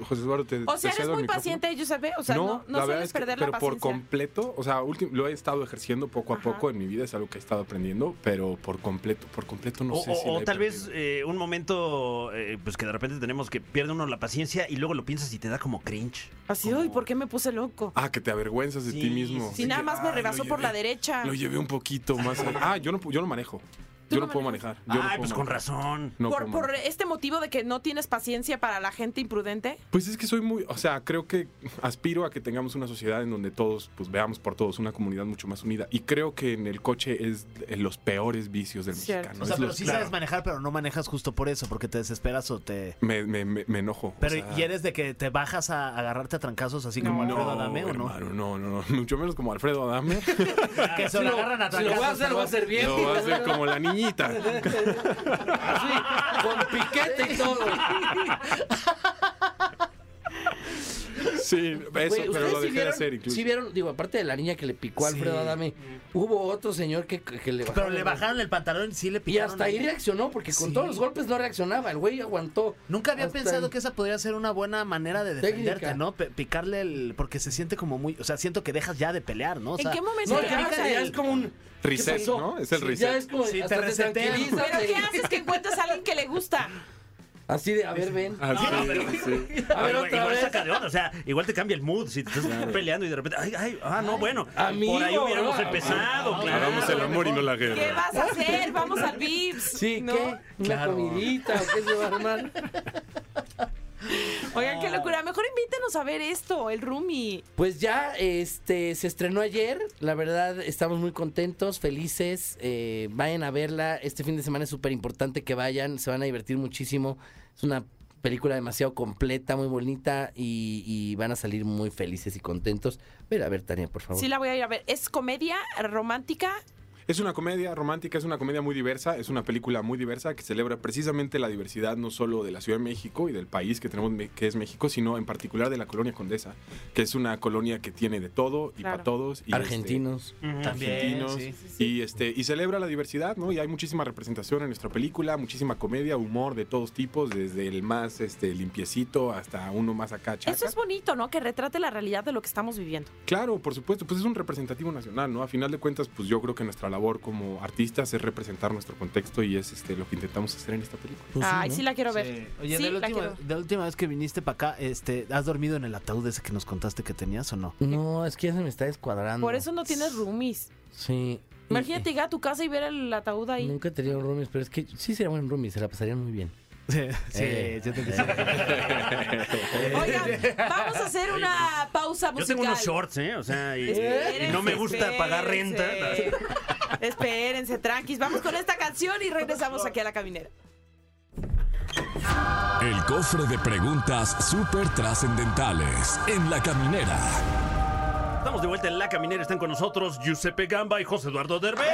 [SPEAKER 6] José Eduardo, te
[SPEAKER 2] O
[SPEAKER 6] te
[SPEAKER 2] sea, eres
[SPEAKER 6] cedo el
[SPEAKER 2] muy
[SPEAKER 6] micrófono.
[SPEAKER 2] paciente, Giuseppe. O sea, no, no,
[SPEAKER 6] verdad
[SPEAKER 2] sueles
[SPEAKER 6] es que-
[SPEAKER 2] perder la
[SPEAKER 6] pero
[SPEAKER 2] paciencia.
[SPEAKER 6] por completo, o sea, últim- lo he estado ejerciendo poco a
[SPEAKER 2] Ajá.
[SPEAKER 6] poco en mi vida, es algo que he estado aprendiendo, pero por completo, por completo no
[SPEAKER 3] O,
[SPEAKER 6] sé
[SPEAKER 3] o-
[SPEAKER 6] si la
[SPEAKER 3] o
[SPEAKER 6] he
[SPEAKER 3] tal vez
[SPEAKER 6] perdido.
[SPEAKER 3] eh, un momento, eh, pues que de repente tenemos que pierde uno la paciencia y luego lo piensas y te da como cringe.
[SPEAKER 2] Así, uy, ¿por qué me puse loco?
[SPEAKER 6] Ah, pues que te avergüenzas de
[SPEAKER 3] Sí,
[SPEAKER 6] ti mismo.
[SPEAKER 3] sí,
[SPEAKER 2] si
[SPEAKER 6] De
[SPEAKER 2] nada
[SPEAKER 6] que,
[SPEAKER 2] más me
[SPEAKER 6] "Ay,
[SPEAKER 2] rebasó
[SPEAKER 6] lo
[SPEAKER 2] por la
[SPEAKER 6] llevé-
[SPEAKER 2] derecha.
[SPEAKER 6] Lo llevé un poquito más. allá". Ah, yo no, pu- yo no manejo.
[SPEAKER 2] ¿Tú
[SPEAKER 6] Yo
[SPEAKER 2] no
[SPEAKER 6] no puedo
[SPEAKER 2] manejas?
[SPEAKER 6] manejar. yo no
[SPEAKER 3] Ay,
[SPEAKER 6] puedo
[SPEAKER 3] pues con
[SPEAKER 6] manejar.
[SPEAKER 3] razón.
[SPEAKER 6] No
[SPEAKER 2] por,
[SPEAKER 6] puedo
[SPEAKER 2] por
[SPEAKER 6] manejar.
[SPEAKER 2] este motivo de que no tienes paciencia para la gente imprudente.
[SPEAKER 6] Pues es que soy muy, o sea, creo que aspiro a que tengamos una sociedad en donde todos, pues veamos por todos, una comunidad mucho más unida. Y creo que en el coche es de los peores vicios del
[SPEAKER 2] Cierto.
[SPEAKER 6] mexicano.
[SPEAKER 4] O sea,
[SPEAKER 6] Es
[SPEAKER 4] pero
[SPEAKER 6] los-
[SPEAKER 4] sí
[SPEAKER 6] claro.
[SPEAKER 4] sabes manejar, pero no manejas justo por eso, porque te desesperas o te...
[SPEAKER 6] me, me, me, me enojo. o
[SPEAKER 4] Pero,
[SPEAKER 6] sea,
[SPEAKER 4] ¿y eres de que te bajas a agarrarte a trancazos así como Alfredo Adame o no?
[SPEAKER 6] hermano, no, no, no, mucho menos como Alfredo Adame.
[SPEAKER 4] Que se lo agarran a
[SPEAKER 5] Si lo voy a
[SPEAKER 4] trancazos.
[SPEAKER 5] hacer, lo voy a hacer bien.
[SPEAKER 6] No va a ser como la niñita.
[SPEAKER 5] Así, con piquete y todo.
[SPEAKER 6] Sí,
[SPEAKER 5] Güey,
[SPEAKER 6] eso, pero
[SPEAKER 5] ¿ustedes
[SPEAKER 6] lo
[SPEAKER 5] sí
[SPEAKER 6] dejé de
[SPEAKER 5] vieron-
[SPEAKER 6] hacer incluso.
[SPEAKER 5] Sí vieron, digo, aparte de la niña que le picó a
[SPEAKER 4] Sí.
[SPEAKER 5] Alfredo Adame, hubo otro señor que, que le
[SPEAKER 4] Pero le bajaron el pantalón y sí le
[SPEAKER 5] Y
[SPEAKER 4] picaron.
[SPEAKER 5] hasta ahí
[SPEAKER 4] ahí.
[SPEAKER 5] reaccionó, porque con
[SPEAKER 4] Sí.
[SPEAKER 5] todos los golpes no reaccionaba. El güey aguantó.
[SPEAKER 4] Nunca había
[SPEAKER 5] Hasta
[SPEAKER 4] pensado
[SPEAKER 5] ahí.
[SPEAKER 4] que esa podría ser una buena manera de defenderte,
[SPEAKER 5] Técnica.
[SPEAKER 4] ¿no? Pe- picarle el... Porque se siente como muy... O sea, siento que dejas ya de pelear, ¿no? O sea,
[SPEAKER 2] ¿En qué momento
[SPEAKER 5] No,
[SPEAKER 2] te
[SPEAKER 5] ya,
[SPEAKER 2] picas
[SPEAKER 5] ya
[SPEAKER 2] el-
[SPEAKER 5] es como un.
[SPEAKER 6] Reset,
[SPEAKER 5] ¿qué pasó?
[SPEAKER 6] ¿no? Es el
[SPEAKER 5] Sí,
[SPEAKER 6] reset.
[SPEAKER 5] Ya es como.
[SPEAKER 4] Sí, te
[SPEAKER 5] hasta te
[SPEAKER 4] resetean.
[SPEAKER 5] tranquilizas,
[SPEAKER 2] ¿Pero
[SPEAKER 5] te-
[SPEAKER 2] qué haces que encuentras a alguien que le gusta?
[SPEAKER 5] Así de, a ver, ven.
[SPEAKER 6] Ah, sí, sí.
[SPEAKER 5] A ver,
[SPEAKER 3] Igual-
[SPEAKER 5] otra
[SPEAKER 3] igual
[SPEAKER 5] vez.
[SPEAKER 3] saca de onda, o sea, igual te cambia el mood si te estás peleando y de repente, ay, ay, ah, no, bueno,
[SPEAKER 5] Amigo,
[SPEAKER 3] por ahí hubiéramos
[SPEAKER 5] ¿no?
[SPEAKER 3] empezado, claro.
[SPEAKER 6] Hagamos el amor y no la guerra.
[SPEAKER 2] ¿Qué vas a hacer? Vamos al Vips.
[SPEAKER 5] Sí,
[SPEAKER 2] ¿no?
[SPEAKER 5] ¿qué? Una
[SPEAKER 4] Claro.
[SPEAKER 5] comidita, ¿o qué se va a armar?
[SPEAKER 2] Oigan, qué locura. Mejor invítanos a ver esto, el roomie.
[SPEAKER 5] Pues ya este, se estrenó ayer. La verdad, estamos muy contentos, felices. eh, vayan a verla. Este fin de semana es súper importante que vayan. Se van a divertir muchísimo. Es una película demasiado completa, muy bonita. Y, y van a salir muy felices y contentos. Pero a ver, Tania, por favor.
[SPEAKER 2] Sí, la voy a ir a ver. ¿Es comedia romántica?
[SPEAKER 6] Es una comedia romántica, es una comedia muy diversa, es una película muy diversa que celebra precisamente la diversidad no solo de la Ciudad de México y del país que tenemos me- que es México, sino en particular de la colonia Condesa, que es una colonia que tiene de todo y
[SPEAKER 2] Claro.
[SPEAKER 6] para todos. Y este,
[SPEAKER 5] Argentinos.
[SPEAKER 4] mm. También,
[SPEAKER 6] argentinos,
[SPEAKER 4] sí.
[SPEAKER 6] y este y celebra la diversidad, ¿no? Y hay muchísima representación en nuestra película, muchísima comedia, humor de todos tipos, desde el más este limpiecito hasta uno más acá. chaca.
[SPEAKER 2] Eso es bonito, ¿no? Que retrate la realidad de lo que estamos viviendo.
[SPEAKER 6] Claro, por supuesto, pues es un representativo nacional, ¿no? A final de cuentas, pues yo creo que nuestra labor como artistas es representar nuestro contexto y es este lo que intentamos hacer en esta película.
[SPEAKER 5] Pues sí,
[SPEAKER 2] Ay,
[SPEAKER 5] ¿no?
[SPEAKER 2] sí la quiero ver.
[SPEAKER 4] Sí. Oye,
[SPEAKER 2] Sí,
[SPEAKER 4] de, la
[SPEAKER 2] la
[SPEAKER 4] última,
[SPEAKER 2] quiero.
[SPEAKER 4] de la última vez que viniste para acá, este, ¿has dormido en el ataúd ese que nos contaste que tenías o no?
[SPEAKER 5] No, es que ya se me está descuadrando.
[SPEAKER 2] Por eso no tienes roomies.
[SPEAKER 5] Sí.
[SPEAKER 2] Imagínate llegar a tu casa y ver el ataúd
[SPEAKER 5] Eh,
[SPEAKER 2] ahí.
[SPEAKER 5] Nunca he tenido roomies, pero es que sí sería buen roomie, se la pasarían muy bien.
[SPEAKER 4] Sí,
[SPEAKER 5] Eh.
[SPEAKER 4] yo te decía.
[SPEAKER 2] Oigan, vamos a hacer una pausa
[SPEAKER 3] Yo
[SPEAKER 2] musical.
[SPEAKER 3] tengo unos shorts, ¿eh? O sea, y,
[SPEAKER 2] Espérense,
[SPEAKER 3] y no me gusta pagar renta.
[SPEAKER 2] espérense. Espérense, tranquis. Vamos con esta canción y regresamos aquí a la caminera.
[SPEAKER 1] El cofre de preguntas súper trascendentales en la caminera.
[SPEAKER 3] Estamos de vuelta en La Caminera, están con nosotros Giuseppe Gamba y José Eduardo Derbez.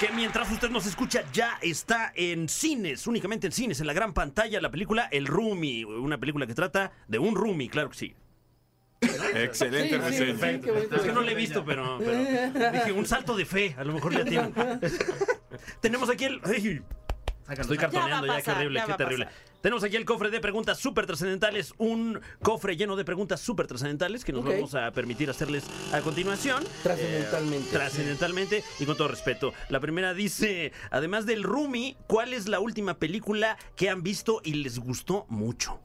[SPEAKER 3] Que mientras usted nos escucha ya está en cines, únicamente en cines, en la gran pantalla, la película El Rumi, una película que trata de un Rumi, claro que sí.
[SPEAKER 6] Excelente
[SPEAKER 5] Sí, sí, sí,
[SPEAKER 6] reseña.
[SPEAKER 5] qué bonito.
[SPEAKER 7] Es que no lo he visto, pero, pero dije, un salto de fe, a lo mejor ya tiene. Tenemos aquí el. ¡Ay! Sácalo, estoy cartoneando ya,
[SPEAKER 2] Ya va a
[SPEAKER 7] qué
[SPEAKER 2] pasar,
[SPEAKER 7] horrible,
[SPEAKER 2] ya
[SPEAKER 7] qué
[SPEAKER 2] va a
[SPEAKER 7] terrible.
[SPEAKER 2] pasar.
[SPEAKER 7] Tenemos aquí el cofre de preguntas súper trascendentales, un cofre lleno de preguntas súper trascendentales que nos
[SPEAKER 5] Ok.
[SPEAKER 7] vamos a permitir hacerles a continuación.
[SPEAKER 5] Trascendentalmente.
[SPEAKER 7] Eh, trascendentalmente y con todo respeto. La primera dice, además del Rumi, ¿cuál es la última película que han visto y les gustó mucho?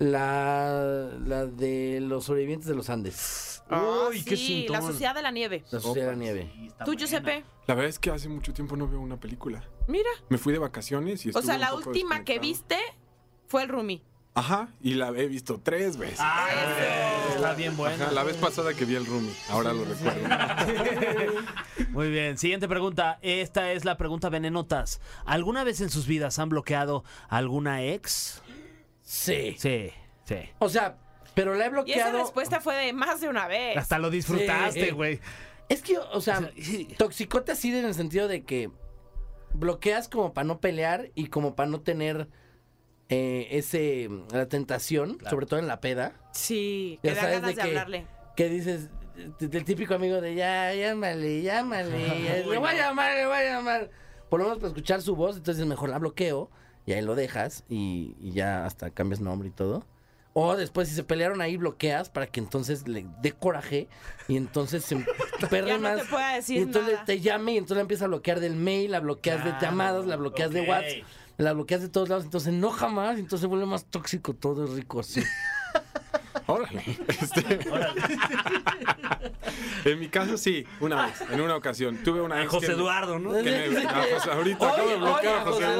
[SPEAKER 5] La, la de los sobrevivientes de los Andes.
[SPEAKER 2] Ah,
[SPEAKER 7] Uy, qué
[SPEAKER 2] sí, La
[SPEAKER 7] sintón.
[SPEAKER 2] Sociedad de la Nieve.
[SPEAKER 5] La sociedad de la nieve.
[SPEAKER 2] Tú, Giuseppe.
[SPEAKER 6] La verdad es que hace mucho tiempo no veo una película.
[SPEAKER 2] Mira.
[SPEAKER 6] Me fui de vacaciones y
[SPEAKER 2] O
[SPEAKER 6] estuve
[SPEAKER 2] sea,
[SPEAKER 6] un
[SPEAKER 2] la
[SPEAKER 6] poco
[SPEAKER 2] última que
[SPEAKER 6] desconectado.
[SPEAKER 2] viste fue el Rumi.
[SPEAKER 6] Ajá, y la he visto tres veces.
[SPEAKER 4] Ah, Está bien bueno.
[SPEAKER 6] Ajá, la vez pasada que vi el roomie, ahora lo recuerdo.
[SPEAKER 4] Muy bien, siguiente pregunta. Esta es la pregunta venenotas. ¿Alguna vez en sus vidas han bloqueado a alguna ex?
[SPEAKER 5] Sí.
[SPEAKER 4] Sí, sí.
[SPEAKER 5] O sea, pero
[SPEAKER 2] Y
[SPEAKER 5] la he
[SPEAKER 2] esa
[SPEAKER 5] bloqueado.
[SPEAKER 2] respuesta fue de más de una vez.
[SPEAKER 4] Hasta lo
[SPEAKER 5] Sí.
[SPEAKER 4] disfrutaste, güey.
[SPEAKER 5] Es que, o sea, toxicote así en el sentido de que bloqueas como para no pelear y como para no tener eh, ese la tentación, sobre todo en la peda.
[SPEAKER 2] Sí,
[SPEAKER 5] Ya
[SPEAKER 2] que da
[SPEAKER 5] sabes
[SPEAKER 2] ganas
[SPEAKER 5] de
[SPEAKER 2] de,
[SPEAKER 5] que-
[SPEAKER 2] hablarle.
[SPEAKER 5] que dices del típico amigo de ya, llámale, llámale, ya, le voy a llamar, le voy a llamar. Por lo menos para escuchar su voz, entonces mejor la bloqueo y ahí lo dejas y, y ya hasta cambias nombre y todo. O después si se pelearon ahí bloqueas para que entonces le dé coraje y entonces se perde
[SPEAKER 2] Ya no
[SPEAKER 5] más.
[SPEAKER 2] te pueda decir
[SPEAKER 5] y entonces
[SPEAKER 2] nada.
[SPEAKER 5] te llame y entonces la empiezas a bloquear del mail, la bloqueas de llamadas, la bloqueas de
[SPEAKER 7] ok.
[SPEAKER 5] WhatsApp, la bloqueas de todos lados, entonces no jamás, entonces se vuelve más tóxico todo es rico así.
[SPEAKER 6] Órale. Este- en mi caso, sí, una vez, en una ocasión. Tuve una
[SPEAKER 7] A
[SPEAKER 6] ex
[SPEAKER 7] José
[SPEAKER 6] que-
[SPEAKER 7] Eduardo, ¿no?
[SPEAKER 6] que me- ah, pues ahorita acabo de
[SPEAKER 5] Oye,
[SPEAKER 6] bloquear
[SPEAKER 5] oye,
[SPEAKER 6] a José
[SPEAKER 5] José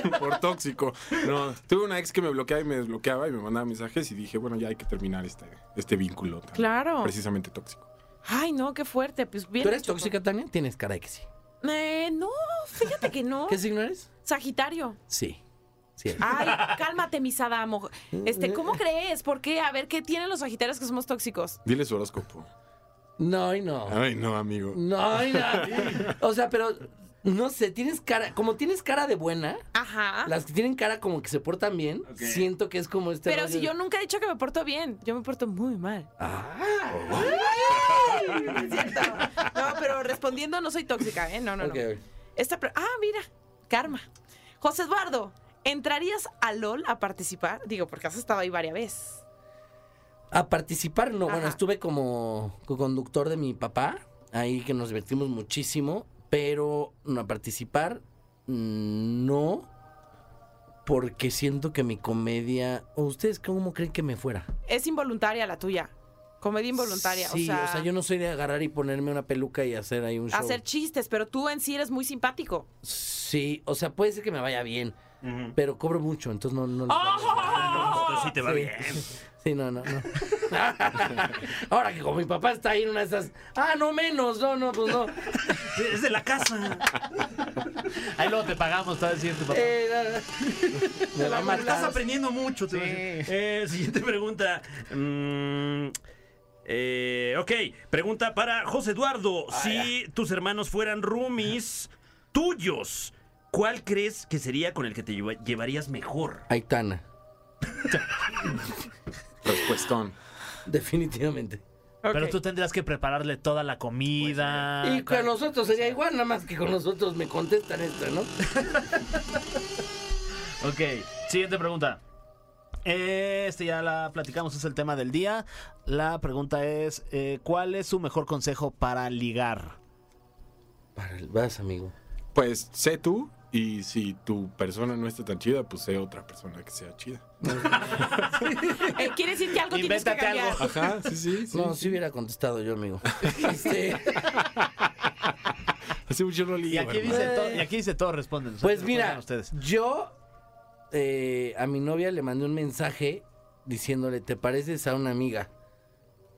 [SPEAKER 6] Eduardo por, tóxico. No, tuve una ex que me bloqueaba y me desbloqueaba y me mandaba mensajes y dije, bueno, ya hay que terminar este, este vínculo. tan
[SPEAKER 2] Claro.
[SPEAKER 6] Precisamente tóxico.
[SPEAKER 2] Ay, no, qué fuerte. Pues bien
[SPEAKER 5] ¿Tú eres
[SPEAKER 2] hecho,
[SPEAKER 5] tóxica, Tania? Tienes cara de que sí.
[SPEAKER 2] José. Eh, no, fíjate que no.
[SPEAKER 5] ¿Qué signo eres?
[SPEAKER 2] Sagitario.
[SPEAKER 5] Sí. Sí. eres.
[SPEAKER 2] Ay, cálmate, mi Sadamo. Este, ¿cómo crees? ¿Por qué? A ver, ¿qué tienen los Sagitarios que somos tóxicos?
[SPEAKER 6] Dile su horóscopo.
[SPEAKER 5] No, y no.
[SPEAKER 6] Ay, no, amigo.
[SPEAKER 5] No, y no. O sea, pero no sé, tienes cara, como tienes cara de buena,
[SPEAKER 2] Ajá.
[SPEAKER 5] las que tienen cara como que se portan bien, siento que es como este
[SPEAKER 2] Pero
[SPEAKER 5] rollo
[SPEAKER 2] si
[SPEAKER 5] de-
[SPEAKER 2] yo nunca he dicho que me porto bien, yo me porto muy mal.
[SPEAKER 5] Ah.
[SPEAKER 2] Ay, no es cierto. No, pero respondiendo no soy tóxica, ¿eh? No, no,
[SPEAKER 5] Ok,
[SPEAKER 2] no. Esta pre- ah, mira, karma. José Eduardo, ¿entrarías a LOL a participar? Digo, porque has estado ahí varias veces.
[SPEAKER 5] A participar, no. Bueno,
[SPEAKER 2] Ajá.
[SPEAKER 5] estuve como conductor de mi papá, ahí que nos divertimos muchísimo, pero no a participar, mm, no, porque siento que mi comedia... ¿O ustedes cómo creen que me fuera?
[SPEAKER 2] Es involuntaria la tuya. Comedia involuntaria.
[SPEAKER 5] Sí,
[SPEAKER 2] o sea,
[SPEAKER 5] yo no soy de agarrar y ponerme una peluca y hacer ahí un show.
[SPEAKER 2] hacer chistes, pero tú en sí eres muy simpático.
[SPEAKER 5] Sí, o sea, puede ser que me vaya bien, pero cobro mucho, entonces no... no les vale.
[SPEAKER 7] No, pero sí te va
[SPEAKER 5] Sí.
[SPEAKER 7] bien.
[SPEAKER 5] Sí, no, no, no. Ahora que como mi papá está ahí en una de esas... Ah, no menos, no, no, pues no.
[SPEAKER 7] Es de la casa.
[SPEAKER 4] Ahí luego te pagamos, te va a decir tu papá.
[SPEAKER 5] Eh, no, no. Me va a
[SPEAKER 7] Estás
[SPEAKER 5] matar.
[SPEAKER 7] aprendiendo mucho. te voy a decir. Eh, siguiente pregunta. Mm, eh, ok, pregunta para José Eduardo.
[SPEAKER 2] Ah,
[SPEAKER 7] si tus hermanos fueran roomies tuyos, ¿cuál crees que sería con el que te lleva- llevarías mejor?
[SPEAKER 5] Aitana,
[SPEAKER 6] Respuestón.
[SPEAKER 5] definitivamente.
[SPEAKER 4] Pero
[SPEAKER 2] Ok.
[SPEAKER 4] tú tendrías que prepararle toda la
[SPEAKER 7] Ah,
[SPEAKER 4] comida.
[SPEAKER 5] y con nosotros sería igual, nada más que con nosotros me contestan esto, ¿no?
[SPEAKER 4] Ok, siguiente pregunta. Este ya la platicamos, es el tema del día. La pregunta es, eh, ¿cuál es su mejor consejo para ligar?
[SPEAKER 5] Para el- vas, amigo.
[SPEAKER 6] Pues sé tú y si tu persona no está tan chida, pues sé otra persona que sea chida.
[SPEAKER 2] Eh, Quiere decir que algo tienes que
[SPEAKER 4] Invéntate
[SPEAKER 2] cambiar.
[SPEAKER 5] Ah.
[SPEAKER 4] algo.
[SPEAKER 6] Ajá, sí, sí. sí.
[SPEAKER 5] No, si hubiera contestado yo, amigo. Este,
[SPEAKER 6] Hace mucho no
[SPEAKER 4] Y
[SPEAKER 6] ligo,
[SPEAKER 4] aquí
[SPEAKER 6] hermano.
[SPEAKER 4] dice todo, y aquí dice todo, responden.
[SPEAKER 5] Pues
[SPEAKER 4] Respondan
[SPEAKER 5] mira,
[SPEAKER 4] ustedes.
[SPEAKER 5] yo eh, a mi novia le mandé un mensaje diciéndole, ¿te pareces a una amiga?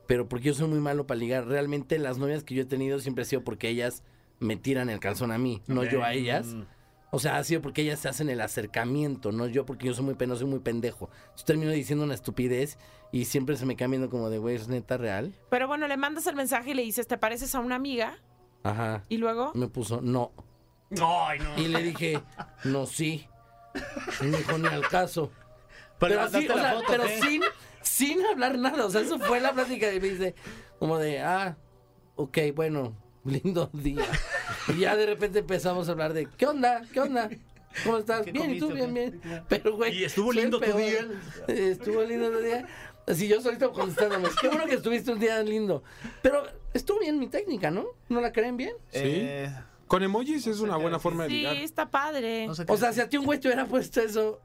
[SPEAKER 5] Pero porque yo soy muy malo para ligar. Realmente las novias que yo he tenido siempre ha sido porque ellas me tiran el calzón a mí, no yo a ellas.
[SPEAKER 6] Mm.
[SPEAKER 5] O sea, ha sido porque ellas se hacen el acercamiento, no yo, porque yo soy muy penoso y muy pendejo. Yo termino diciendo una estupidez y siempre se me queda viendo como de, güey, ¿es neta real?
[SPEAKER 2] Pero bueno, le mandas el mensaje y le dices, ¿te pareces a una amiga?
[SPEAKER 5] Ajá.
[SPEAKER 2] Y luego,
[SPEAKER 5] Me puso, no.
[SPEAKER 7] Ay, no.
[SPEAKER 5] Y le dije, no, sí. Y me dijo, ni al caso.
[SPEAKER 4] Pero,
[SPEAKER 5] Pero, sí,
[SPEAKER 4] mandaste
[SPEAKER 5] o
[SPEAKER 4] la
[SPEAKER 5] sea,
[SPEAKER 4] foto,
[SPEAKER 5] pero
[SPEAKER 4] ¿qué?
[SPEAKER 5] sin, sin hablar nada. O sea, eso fue la plática y me dice, como de, ah, ok, bueno, lindo día. Y ya de repente empezamos a hablar de, ¿qué onda? ¿Qué onda? ¿Cómo estás?
[SPEAKER 4] ¿Qué
[SPEAKER 5] bien, y tú,
[SPEAKER 4] comiste,
[SPEAKER 5] bien, bien. Pero, güey.
[SPEAKER 7] Y estuvo
[SPEAKER 5] soy el
[SPEAKER 7] lindo tu
[SPEAKER 5] peor.
[SPEAKER 7] día.
[SPEAKER 5] Estuvo lindo tu día. Así yo solito contestándome. Qué bueno que estuviste un día lindo. Pero estuvo bien mi técnica, ¿no? ¿No la creen bien?
[SPEAKER 4] Eh,
[SPEAKER 6] Con emojis es una buena forma de
[SPEAKER 2] Sí,
[SPEAKER 6] ligar.
[SPEAKER 2] está padre.
[SPEAKER 4] no sé qué.
[SPEAKER 5] O sea, si a ti un güey te hubiera puesto eso,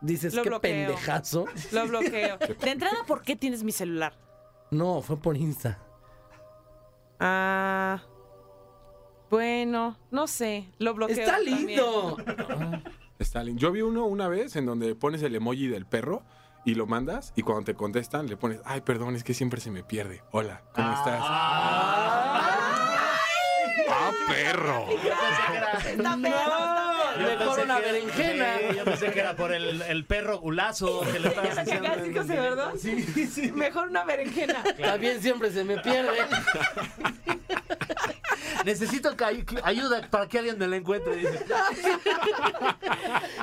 [SPEAKER 5] dices,
[SPEAKER 2] Lo
[SPEAKER 5] qué
[SPEAKER 2] bloqueo.
[SPEAKER 5] pendejazo.
[SPEAKER 2] Lo bloqueo. De entrada, ¿por qué tienes mi celular?
[SPEAKER 5] No, fue por Insta.
[SPEAKER 2] Ah. Bueno, no sé. Lo bloqueo.
[SPEAKER 5] ¡Está
[SPEAKER 2] también.
[SPEAKER 5] lindo!
[SPEAKER 6] Está lindo. Yo vi uno una vez en donde pones el emoji del perro y lo mandas y cuando te contestan le pones, ay, perdón, es que siempre se me pierde. Hola, ¿cómo estás? ¡Ah, perro!
[SPEAKER 2] Está perro,
[SPEAKER 4] Yo
[SPEAKER 5] mejor
[SPEAKER 4] pensé
[SPEAKER 5] una
[SPEAKER 4] que era-
[SPEAKER 5] berenjena.
[SPEAKER 4] Sí, Yo pensé que era por el, el perro gulazo que le
[SPEAKER 2] está perro.
[SPEAKER 4] estabas
[SPEAKER 2] Ya me
[SPEAKER 4] haciendo.
[SPEAKER 2] cagaste, José, ¿verdad?
[SPEAKER 4] Sí, sí.
[SPEAKER 2] Mejor una berenjena.
[SPEAKER 5] También siempre se me pierde.
[SPEAKER 4] Necesito que ay- ayuda para que alguien me la encuentre.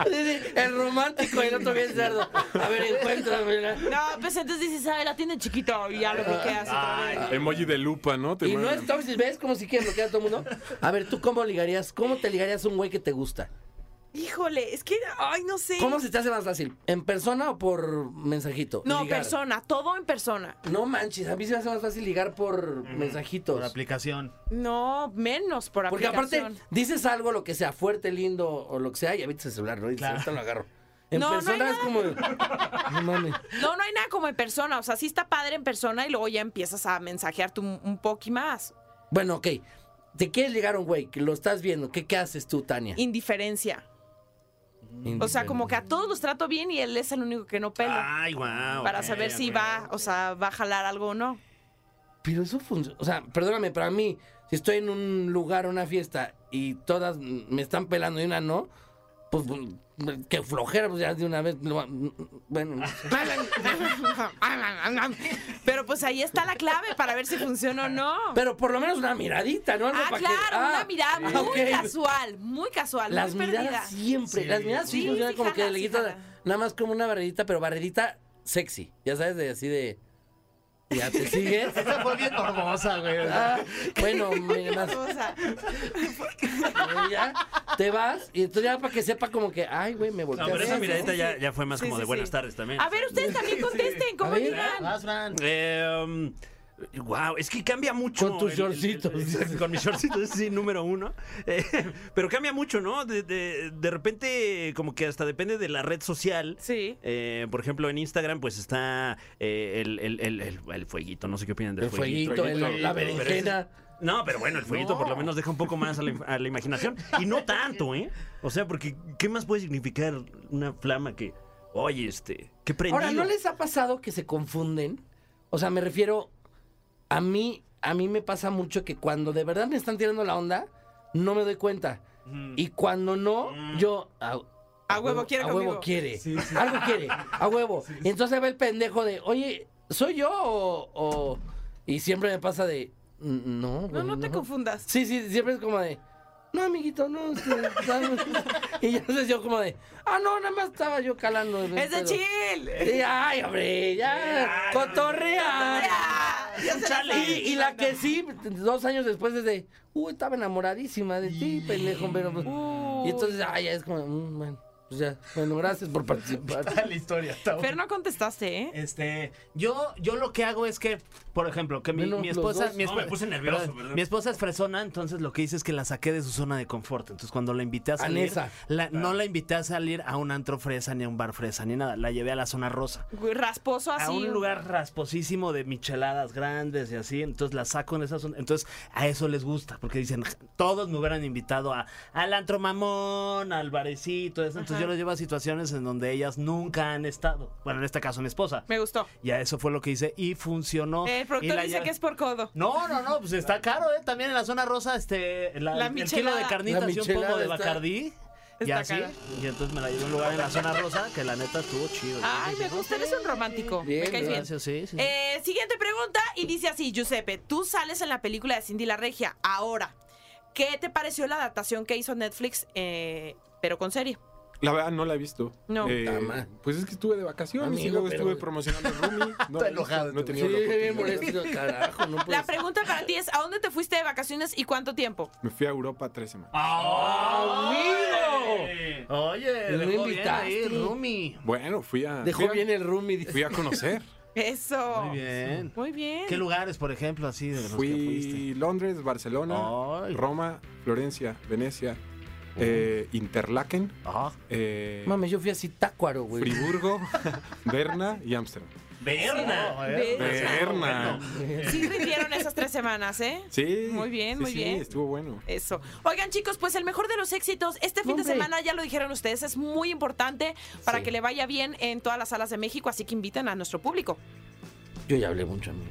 [SPEAKER 4] Dice.
[SPEAKER 5] El romántico y el otro bien cerdo. A ver, encuéntramela.
[SPEAKER 2] No, pues entonces dices, ay, la tiene chiquito y
[SPEAKER 5] Ah,
[SPEAKER 2] ya lo bloqueas otra vez.
[SPEAKER 6] Emoji de lupa, ¿no? Te
[SPEAKER 5] Y no
[SPEAKER 6] mandan.
[SPEAKER 5] es tóxico, ¿ves? Como si quieres bloquear a todo el mundo. A ver, ¿tú cómo ligarías? ¿Cómo te ligarías a un güey que te gusta?
[SPEAKER 2] Híjole, es que, ay, no sé.
[SPEAKER 5] ¿Cómo se te hace más fácil? ¿En persona o por mensajito?
[SPEAKER 2] No,
[SPEAKER 5] Ligar.
[SPEAKER 2] persona, todo en persona.
[SPEAKER 5] No manches, a mí se me hace más fácil ligar por mensajitos.
[SPEAKER 4] Por aplicación.
[SPEAKER 2] No, menos por
[SPEAKER 5] Porque
[SPEAKER 2] aplicación.
[SPEAKER 5] aparte, dices algo, lo que sea, fuerte, lindo o lo que sea, y habitas el celular, ¿no? Y dices,
[SPEAKER 4] Claro.
[SPEAKER 5] ahorita lo agarro. En
[SPEAKER 2] No, no hay
[SPEAKER 5] persona es
[SPEAKER 2] nada.
[SPEAKER 5] como. de, No mames.
[SPEAKER 2] No, no hay nada como en persona. O sea, sí está padre en persona y luego ya empiezas a mensajearte un, un poco más.
[SPEAKER 5] Bueno, ok. Te quieres ligar a un güey, que lo estás viendo. ¿Qué, qué haces tú, Tania?
[SPEAKER 2] Indiferencia. O sea, como que a todos los trato bien y él es el único que no
[SPEAKER 5] Ah,
[SPEAKER 2] pela.
[SPEAKER 7] Ay, wow.
[SPEAKER 2] para saber si va, o sea, va a jalar algo o no.
[SPEAKER 5] Pero eso funciona. O sea, perdóname, para mí, si estoy en un lugar, una fiesta, y todas mm, me están pelando y una no, pues mm, que flojera, pues ya de una vez. lo- Bueno, no sé.
[SPEAKER 2] Pero pues ahí está la clave para ver si funciona o no.
[SPEAKER 5] pero por lo menos una miradita, ¿no? Algo
[SPEAKER 2] Ah,
[SPEAKER 5] para que-
[SPEAKER 2] claro,
[SPEAKER 5] ah,
[SPEAKER 2] una mirada muy
[SPEAKER 5] ok.
[SPEAKER 2] casual, muy casual,
[SPEAKER 5] Las
[SPEAKER 2] muy perdida.
[SPEAKER 5] miradas siempre, las miradas sí,
[SPEAKER 2] Sí,
[SPEAKER 5] funcionan
[SPEAKER 2] sí
[SPEAKER 5] como que
[SPEAKER 2] jala,
[SPEAKER 5] le
[SPEAKER 2] sí
[SPEAKER 5] quitas
[SPEAKER 2] jala.
[SPEAKER 5] nada más como una barredita, pero barredita sexy. Ya sabes, de así de. Ya te sigues.
[SPEAKER 4] Está volviendo hermosa, güey.
[SPEAKER 5] Ah, bueno, mira más.
[SPEAKER 2] O sea,
[SPEAKER 5] Eh, ya, te vas y entonces ya para que sepa como que, ay, güey, me
[SPEAKER 7] No,
[SPEAKER 5] volteé.
[SPEAKER 7] pero esa
[SPEAKER 2] Sí,
[SPEAKER 7] miradita
[SPEAKER 2] sí,
[SPEAKER 7] ya,
[SPEAKER 2] sí.
[SPEAKER 7] ya fue más
[SPEAKER 2] Sí,
[SPEAKER 7] como
[SPEAKER 2] sí,
[SPEAKER 7] de buenas
[SPEAKER 2] sí.
[SPEAKER 7] tardes también.
[SPEAKER 2] a ver, ustedes también contesten, ¿cómo
[SPEAKER 5] A ver, ah,
[SPEAKER 2] llegan?
[SPEAKER 4] Vas, Fran.
[SPEAKER 7] wow, Em, es que cambia mucho.
[SPEAKER 5] Con tus
[SPEAKER 7] el- el-
[SPEAKER 5] shortcitos.
[SPEAKER 7] el- con mis shortcitos, sí, número uno. Eh, pero cambia mucho, ¿no? De, de- de repente, como que hasta depende de la red social.
[SPEAKER 2] Sí.
[SPEAKER 7] Eh, por ejemplo, en Instagram, pues está eh, el, el- el- el- el fueguito. No sé qué opinan del
[SPEAKER 5] El fueguito, el-
[SPEAKER 6] fueguito,
[SPEAKER 5] la
[SPEAKER 6] pero
[SPEAKER 7] ese-
[SPEAKER 5] berenjena.
[SPEAKER 7] No, pero bueno, el fueguito por lo menos deja un poco más a la, a la imaginación. Y no tanto, ¿eh? O sea, porque ¿qué más puede significar una flama que, oye, este, qué prendido?
[SPEAKER 5] Ahora, ¿no les ha pasado que se confunden? O sea, me refiero a mí, a mí me pasa mucho que cuando de verdad me están tirando la onda, no me doy cuenta. Y cuando no, yo a,
[SPEAKER 2] A huevo quiere
[SPEAKER 5] Ah, a huevo
[SPEAKER 2] conmigo.
[SPEAKER 5] quiere. Algo quiere, a huevo. Y entonces va el pendejo de, "Oye, ¿soy yo o, o-?" y siempre me pasa de, "Mm, "No,
[SPEAKER 2] No,
[SPEAKER 5] güey,
[SPEAKER 2] no te confundas.
[SPEAKER 5] Sí, sí, siempre es como de, no, amiguito, no. este, dame". y ya entonces yo como de, ah, no, nada más estaba yo calando. el
[SPEAKER 2] Es de
[SPEAKER 5] pedo".
[SPEAKER 2] chill.
[SPEAKER 5] Sí, ay, hombre, ya. Cotorrea.
[SPEAKER 2] Ya se la
[SPEAKER 5] Y,
[SPEAKER 2] saben.
[SPEAKER 5] y la que sí, dos años después es de, uy, estaba enamoradísima de ti, pendejo, pero. pues, Y entonces, ay, ya es como, mm, bueno, pues ya. Bueno, gracias por participar.
[SPEAKER 4] la historia. Está
[SPEAKER 2] Fer, no contestaste, ¿eh?
[SPEAKER 4] Este, yo, yo lo que hago es que, por ejemplo, que mi,
[SPEAKER 5] Menos
[SPEAKER 4] mi
[SPEAKER 5] los
[SPEAKER 4] esposa,
[SPEAKER 5] dos.
[SPEAKER 4] mi
[SPEAKER 7] No,
[SPEAKER 4] esposa,
[SPEAKER 7] me puse nervioso,
[SPEAKER 4] perdón,
[SPEAKER 7] perdón.
[SPEAKER 4] mi esposa es fresona, entonces lo que hice es que la saqué de su zona de confort. Entonces cuando la invité a salir,
[SPEAKER 5] Anesa.
[SPEAKER 4] la- no la invité a salir a un antro fresa ni a un bar fresa ni nada, la llevé a la zona rosa.
[SPEAKER 2] Güey, Rasposo así.
[SPEAKER 4] A un lugar rasposísimo de micheladas grandes y así, entonces la saco en esa zona. Entonces a eso les gusta, porque dicen, todos me hubieran invitado a, al antro mamón, al barecito, eso. entonces
[SPEAKER 2] Ajá.
[SPEAKER 4] yo los llevo a situaciones en donde ellas nunca han estado. Bueno, en este caso mi esposa.
[SPEAKER 2] Me gustó.
[SPEAKER 4] Ya eso fue lo que hice y funcionó.
[SPEAKER 2] El
[SPEAKER 4] Y
[SPEAKER 2] productor
[SPEAKER 4] la
[SPEAKER 2] dice
[SPEAKER 4] lle-
[SPEAKER 2] que es por codo.
[SPEAKER 4] No, no, no, pues está caro, ¿eh? También en la zona rosa, este, la,
[SPEAKER 2] La
[SPEAKER 4] el kilo
[SPEAKER 2] michelada.
[SPEAKER 4] de carnitas
[SPEAKER 5] La
[SPEAKER 4] y un pomo de
[SPEAKER 5] michelada está-
[SPEAKER 4] bacardí. Y
[SPEAKER 2] está
[SPEAKER 4] así,
[SPEAKER 2] cara.
[SPEAKER 4] y entonces me la llevé a un lugar en la zona rosa que la neta estuvo chido.
[SPEAKER 2] Ay, me
[SPEAKER 4] Entonces,
[SPEAKER 2] gusta, eres un romántico.
[SPEAKER 5] Bien,
[SPEAKER 2] me caes Ah, bien.
[SPEAKER 4] Gracias, sí, sí. sí.
[SPEAKER 2] Eh, siguiente pregunta y dice así, Giuseppe, tú sales en la película de Cindy la Regia, ahora, ¿qué te pareció la adaptación que hizo Netflix, eh, pero con serie?
[SPEAKER 6] La verdad no la he visto.
[SPEAKER 2] No.
[SPEAKER 6] Eh,
[SPEAKER 5] Tama.
[SPEAKER 6] pues es que estuve de vacaciones y
[SPEAKER 5] Amigo,
[SPEAKER 6] luego
[SPEAKER 5] pero-
[SPEAKER 6] estuve promocionando el Rumi. No,
[SPEAKER 8] Está enojado,
[SPEAKER 6] No he
[SPEAKER 8] este
[SPEAKER 6] tenido la
[SPEAKER 5] Sí, bien
[SPEAKER 6] oportunidad.
[SPEAKER 5] molesto, carajo, no puede
[SPEAKER 2] La
[SPEAKER 5] ser.
[SPEAKER 2] pregunta para ti es, ¿a dónde te fuiste de vacaciones y cuánto tiempo?
[SPEAKER 6] Me fui a Europa tres
[SPEAKER 5] Ah.
[SPEAKER 6] semanas.
[SPEAKER 4] ¡Ah, ¡Amigo! Oye,
[SPEAKER 5] Pues No
[SPEAKER 4] dejó bien
[SPEAKER 5] invitaste.
[SPEAKER 4] ahí, Rumi.
[SPEAKER 6] Bueno, fui a.
[SPEAKER 5] Dejó
[SPEAKER 6] fui a-
[SPEAKER 5] bien el room y dice,
[SPEAKER 6] Fui a conocer.
[SPEAKER 2] Eso.
[SPEAKER 4] Muy bien.
[SPEAKER 2] Muy bien.
[SPEAKER 4] ¿Qué lugares, por ejemplo, así de los que fuiste?
[SPEAKER 6] Fui Londres, Barcelona,
[SPEAKER 4] Ay.
[SPEAKER 6] Roma, Florencia, Venecia, eh, Interlaken,
[SPEAKER 4] Ah,
[SPEAKER 6] eh,
[SPEAKER 5] mames, yo fui así tácuaro, güey.
[SPEAKER 6] Friburgo, Berna y Ámsterdam.
[SPEAKER 7] Berna.
[SPEAKER 6] Berna.
[SPEAKER 2] Sí rindieron esas tres semanas, ¿eh?
[SPEAKER 6] Sí.
[SPEAKER 2] Muy bien,
[SPEAKER 6] sí,
[SPEAKER 2] muy
[SPEAKER 6] sí,
[SPEAKER 2] bien.
[SPEAKER 6] estuvo bueno.
[SPEAKER 2] Eso. Oigan, chicos, pues el mejor de los éxitos. Este fin de
[SPEAKER 5] Hombre.
[SPEAKER 2] semana, ya lo dijeron ustedes, es muy importante para
[SPEAKER 5] Sí.
[SPEAKER 2] que le vaya bien en todas las salas de México, así que inviten a nuestro público.
[SPEAKER 5] Yo ya hablé mucho, amigo.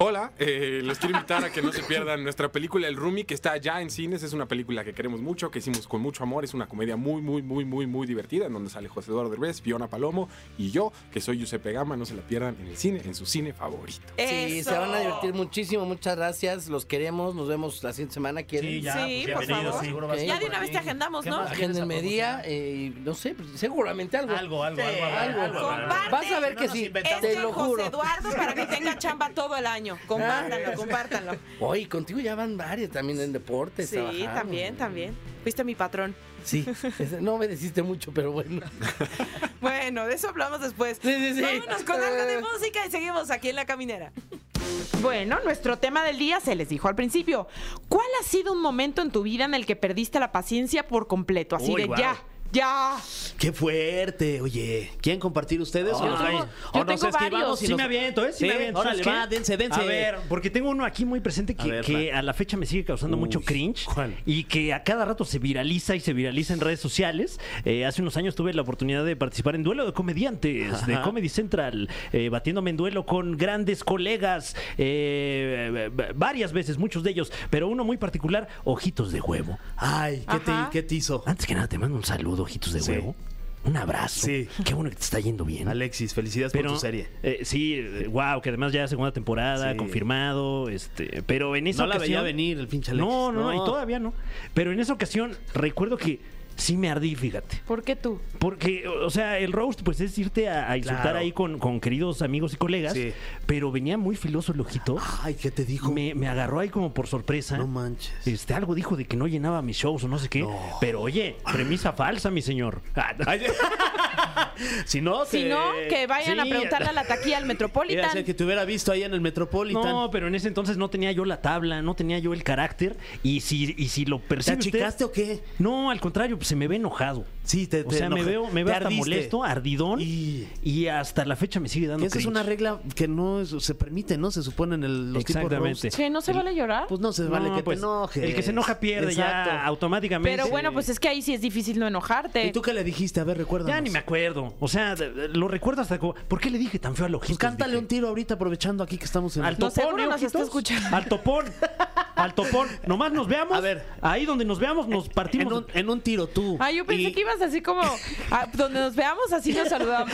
[SPEAKER 6] Hola, eh, los quiero invitar a que no se pierdan nuestra película El Rumi, que está ya en cines. Es una película que queremos mucho, que hicimos con mucho amor. Es una comedia muy, muy, muy, muy, muy divertida, en donde sale José Eduardo Derbez, Fiona Palomo y yo, que soy Giuseppe Gama. No se la pierdan en el cine, en su cine favorito.
[SPEAKER 5] Sí,
[SPEAKER 2] Eso.
[SPEAKER 5] se van a divertir muchísimo. Muchas gracias. Los queremos. Nos vemos la siguiente semana. ¿Quieren?
[SPEAKER 4] Sí, ya,
[SPEAKER 2] Sí,
[SPEAKER 4] pues,
[SPEAKER 2] por
[SPEAKER 4] bienvenido,
[SPEAKER 2] favor.
[SPEAKER 4] seguro vas a
[SPEAKER 5] Ya
[SPEAKER 4] estar
[SPEAKER 5] de
[SPEAKER 4] por
[SPEAKER 2] una vez
[SPEAKER 4] ahí.
[SPEAKER 2] te agendamos,
[SPEAKER 4] ¿Qué
[SPEAKER 2] ¿no?
[SPEAKER 4] más quieres
[SPEAKER 5] Agéndenme día.
[SPEAKER 4] promocionar?
[SPEAKER 5] eh, no sé, pues, seguramente algo.
[SPEAKER 4] Algo, algo,
[SPEAKER 2] Sí,
[SPEAKER 4] algo. algo, algo,
[SPEAKER 2] algo.
[SPEAKER 4] algo.
[SPEAKER 2] Comparte.
[SPEAKER 5] Vas a ver
[SPEAKER 4] No
[SPEAKER 5] que
[SPEAKER 4] nos
[SPEAKER 5] sí.
[SPEAKER 4] inventamos.
[SPEAKER 2] Este
[SPEAKER 5] Te lo
[SPEAKER 2] José
[SPEAKER 5] juro.
[SPEAKER 2] Eduardo para que tenga chamba todo el año. Compártanlo, compártanlo.
[SPEAKER 5] Hoy contigo ya van varios también en deportes.
[SPEAKER 2] Sí,
[SPEAKER 5] trabajando.
[SPEAKER 2] también, también. Fuiste mi patrón.
[SPEAKER 5] Sí, es- no obedeciste mucho, pero bueno.
[SPEAKER 2] Bueno, de eso hablamos después.
[SPEAKER 5] Sí, sí, sí.
[SPEAKER 2] Vámonos con algo de música y seguimos aquí en la caminera. Bueno, nuestro tema del día se les dijo al principio. ¿Cuál ha sido un momento en tu vida en el que perdiste la paciencia por completo? Así
[SPEAKER 4] Uy,
[SPEAKER 2] de
[SPEAKER 4] guau.
[SPEAKER 2] ya, ya.
[SPEAKER 4] Qué fuerte, oye. ¿Quieren compartir ustedes?
[SPEAKER 3] Ah,
[SPEAKER 2] Yo tengo- yo tengo varios.
[SPEAKER 4] y
[SPEAKER 3] Sí
[SPEAKER 4] nos-
[SPEAKER 3] me aviento, ¿eh? Sí, me aviento.
[SPEAKER 4] Órale,
[SPEAKER 3] ¿sabes qué?
[SPEAKER 4] va, dense, dense.
[SPEAKER 3] A ver, porque tengo uno aquí muy presente
[SPEAKER 4] A
[SPEAKER 3] que que a,
[SPEAKER 4] ver,
[SPEAKER 3] la fecha me sigue causando mucho cringe.
[SPEAKER 4] ¿cuál?
[SPEAKER 3] Y que a cada rato se viraliza y se viraliza en redes sociales. Eh, hace unos años tuve la oportunidad de participar en Duelo de Comediantes de Comedy Central, eh, batiéndome en duelo con grandes colegas eh, eh, varias veces, muchos de ellos, pero uno muy particular, Ojitos de Huevo.
[SPEAKER 4] Ay, ¿qué te,
[SPEAKER 2] Ajá.
[SPEAKER 4] ¿qué te hizo?
[SPEAKER 3] Antes que nada, te mando un saludo, Ojitos de
[SPEAKER 4] Sí.
[SPEAKER 3] Huevo. Un abrazo.
[SPEAKER 4] Sí.
[SPEAKER 3] Qué bueno que te está yendo bien.
[SPEAKER 4] Alexis, felicidades por tu serie.
[SPEAKER 3] eh, sí, wow, que además ya segunda temporada,
[SPEAKER 4] Sí.
[SPEAKER 3] confirmado, este, pero en esa
[SPEAKER 4] No la veía
[SPEAKER 3] ocasión-
[SPEAKER 4] venir el pinche Alexis.
[SPEAKER 3] No, no, no,
[SPEAKER 4] No.
[SPEAKER 3] y todavía no. Pero en esa ocasión recuerdo que sí me ardí, fíjate.
[SPEAKER 2] ¿Por qué tú?
[SPEAKER 3] Porque, o o sea, el roast, pues es irte a, a insultar
[SPEAKER 4] Claro.
[SPEAKER 3] ahí con, con queridos amigos y colegas,
[SPEAKER 4] Sí.
[SPEAKER 3] pero venía muy filoso el ojito.
[SPEAKER 4] Ay, ¿qué te dijo?
[SPEAKER 3] Me, me agarró ahí como por sorpresa.
[SPEAKER 4] No manches.
[SPEAKER 3] Este, algo dijo de que no llenaba mis shows o no sé qué. Pero oye, premisa falsa, mi señor. Ah, no.
[SPEAKER 4] Si no,
[SPEAKER 2] Si
[SPEAKER 4] que-
[SPEAKER 2] no, que vayan a
[SPEAKER 3] sí.
[SPEAKER 2] preguntarle a la taquilla al
[SPEAKER 4] Iba a
[SPEAKER 2] Metropolitan.
[SPEAKER 4] ser que te hubiera visto ahí en el Metropolitan.
[SPEAKER 3] No, pero en ese entonces no tenía yo la tabla, no tenía yo el carácter. Y si, y si lo
[SPEAKER 4] ¿Te
[SPEAKER 3] percibe usted-
[SPEAKER 4] achicaste o qué?
[SPEAKER 3] No, al contrario, pues, se me ve enojado.
[SPEAKER 4] Sí, te,
[SPEAKER 3] O
[SPEAKER 4] te
[SPEAKER 3] sea, me
[SPEAKER 4] enoja-
[SPEAKER 3] veo, me
[SPEAKER 4] te
[SPEAKER 3] veo hasta
[SPEAKER 4] ardiste.
[SPEAKER 3] molesto, ardidón.
[SPEAKER 4] Y-
[SPEAKER 3] Y... hasta la fecha me sigue dando
[SPEAKER 4] Que esa es
[SPEAKER 3] cringe.
[SPEAKER 4] una regla que no es- se permite, ¿no? Se supone en el, los tipos
[SPEAKER 3] Exactamente.
[SPEAKER 4] roast.
[SPEAKER 2] Che, ¿no se vale llorar?
[SPEAKER 4] Pues no se
[SPEAKER 3] No,
[SPEAKER 4] vale que
[SPEAKER 3] pues,
[SPEAKER 4] te enojes.
[SPEAKER 3] El que se enoja pierde ya
[SPEAKER 4] Exacto.
[SPEAKER 3] automáticamente.
[SPEAKER 2] Pero bueno, pues es que ahí sí es difícil no enojarte.
[SPEAKER 4] ¿Y tú qué le dijiste? A ver, recuerda.
[SPEAKER 3] Ya ni me acuerdo. O sea, de- de- lo recuerdo hasta como. ¿Por qué le dije tan feo a Ojitos?
[SPEAKER 4] Pues cántale
[SPEAKER 3] Dije,
[SPEAKER 4] un tiro ahorita aprovechando aquí que estamos en
[SPEAKER 3] Al
[SPEAKER 2] No,
[SPEAKER 3] topón,
[SPEAKER 2] seguro
[SPEAKER 3] ¿eh,
[SPEAKER 2] nos está
[SPEAKER 3] Ojitos?
[SPEAKER 2] escuchando.
[SPEAKER 3] Al topón. Al topón. Nomás nos veamos.
[SPEAKER 4] A ver.
[SPEAKER 3] Ahí donde nos veamos, nos partimos.
[SPEAKER 4] en un, en un tiro tú.
[SPEAKER 2] Ah, yo pensé
[SPEAKER 4] Y-
[SPEAKER 2] que ibas así como ah, donde nos veamos, así nos saludamos.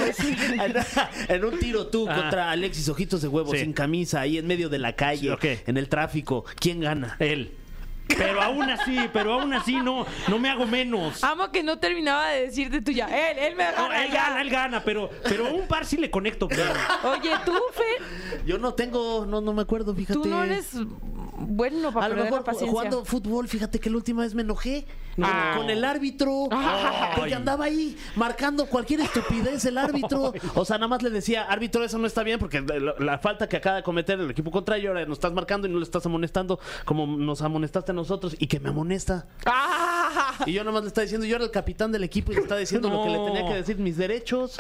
[SPEAKER 4] en un tiro tú
[SPEAKER 3] Ah.
[SPEAKER 4] contra Alexis Ojitos de Huevo,
[SPEAKER 3] Sí.
[SPEAKER 4] sin camisa, ahí en medio de la calle,
[SPEAKER 3] Sí, ok.
[SPEAKER 4] en el tráfico. ¿Quién gana?
[SPEAKER 3] Él. Pero aún así, pero aún así no, no me hago menos.
[SPEAKER 2] Amo que no terminaba de decirte tú ya. Él, él me
[SPEAKER 3] No,
[SPEAKER 2] Ah, gana.
[SPEAKER 3] él
[SPEAKER 2] ya.
[SPEAKER 3] gana, él gana, pero, pero un par sí le conecto. pero-
[SPEAKER 2] Oye, tú, Fer,
[SPEAKER 4] Yo no tengo, no, no me acuerdo, fíjate.
[SPEAKER 2] tú no eres bueno para
[SPEAKER 4] A lo
[SPEAKER 2] perder
[SPEAKER 4] mejor
[SPEAKER 2] la paciencia.
[SPEAKER 4] jugando fútbol, fíjate que la última vez me enojé con-
[SPEAKER 2] Ah.
[SPEAKER 4] con el árbitro, porque andaba ahí marcando cualquier estupidez el árbitro. O sea, nada más le decía, árbitro, eso no está bien, porque la, la falta que acaba de cometer el equipo contrario, ahora nos estás marcando y no le estás amonestando como nos amonestaste a nosotros y que me amonesta.
[SPEAKER 2] Ah,
[SPEAKER 4] Y yo nomás le estaba diciendo, yo era el capitán del equipo y le estaba diciendo lo que le tenía que decir, mis derechos.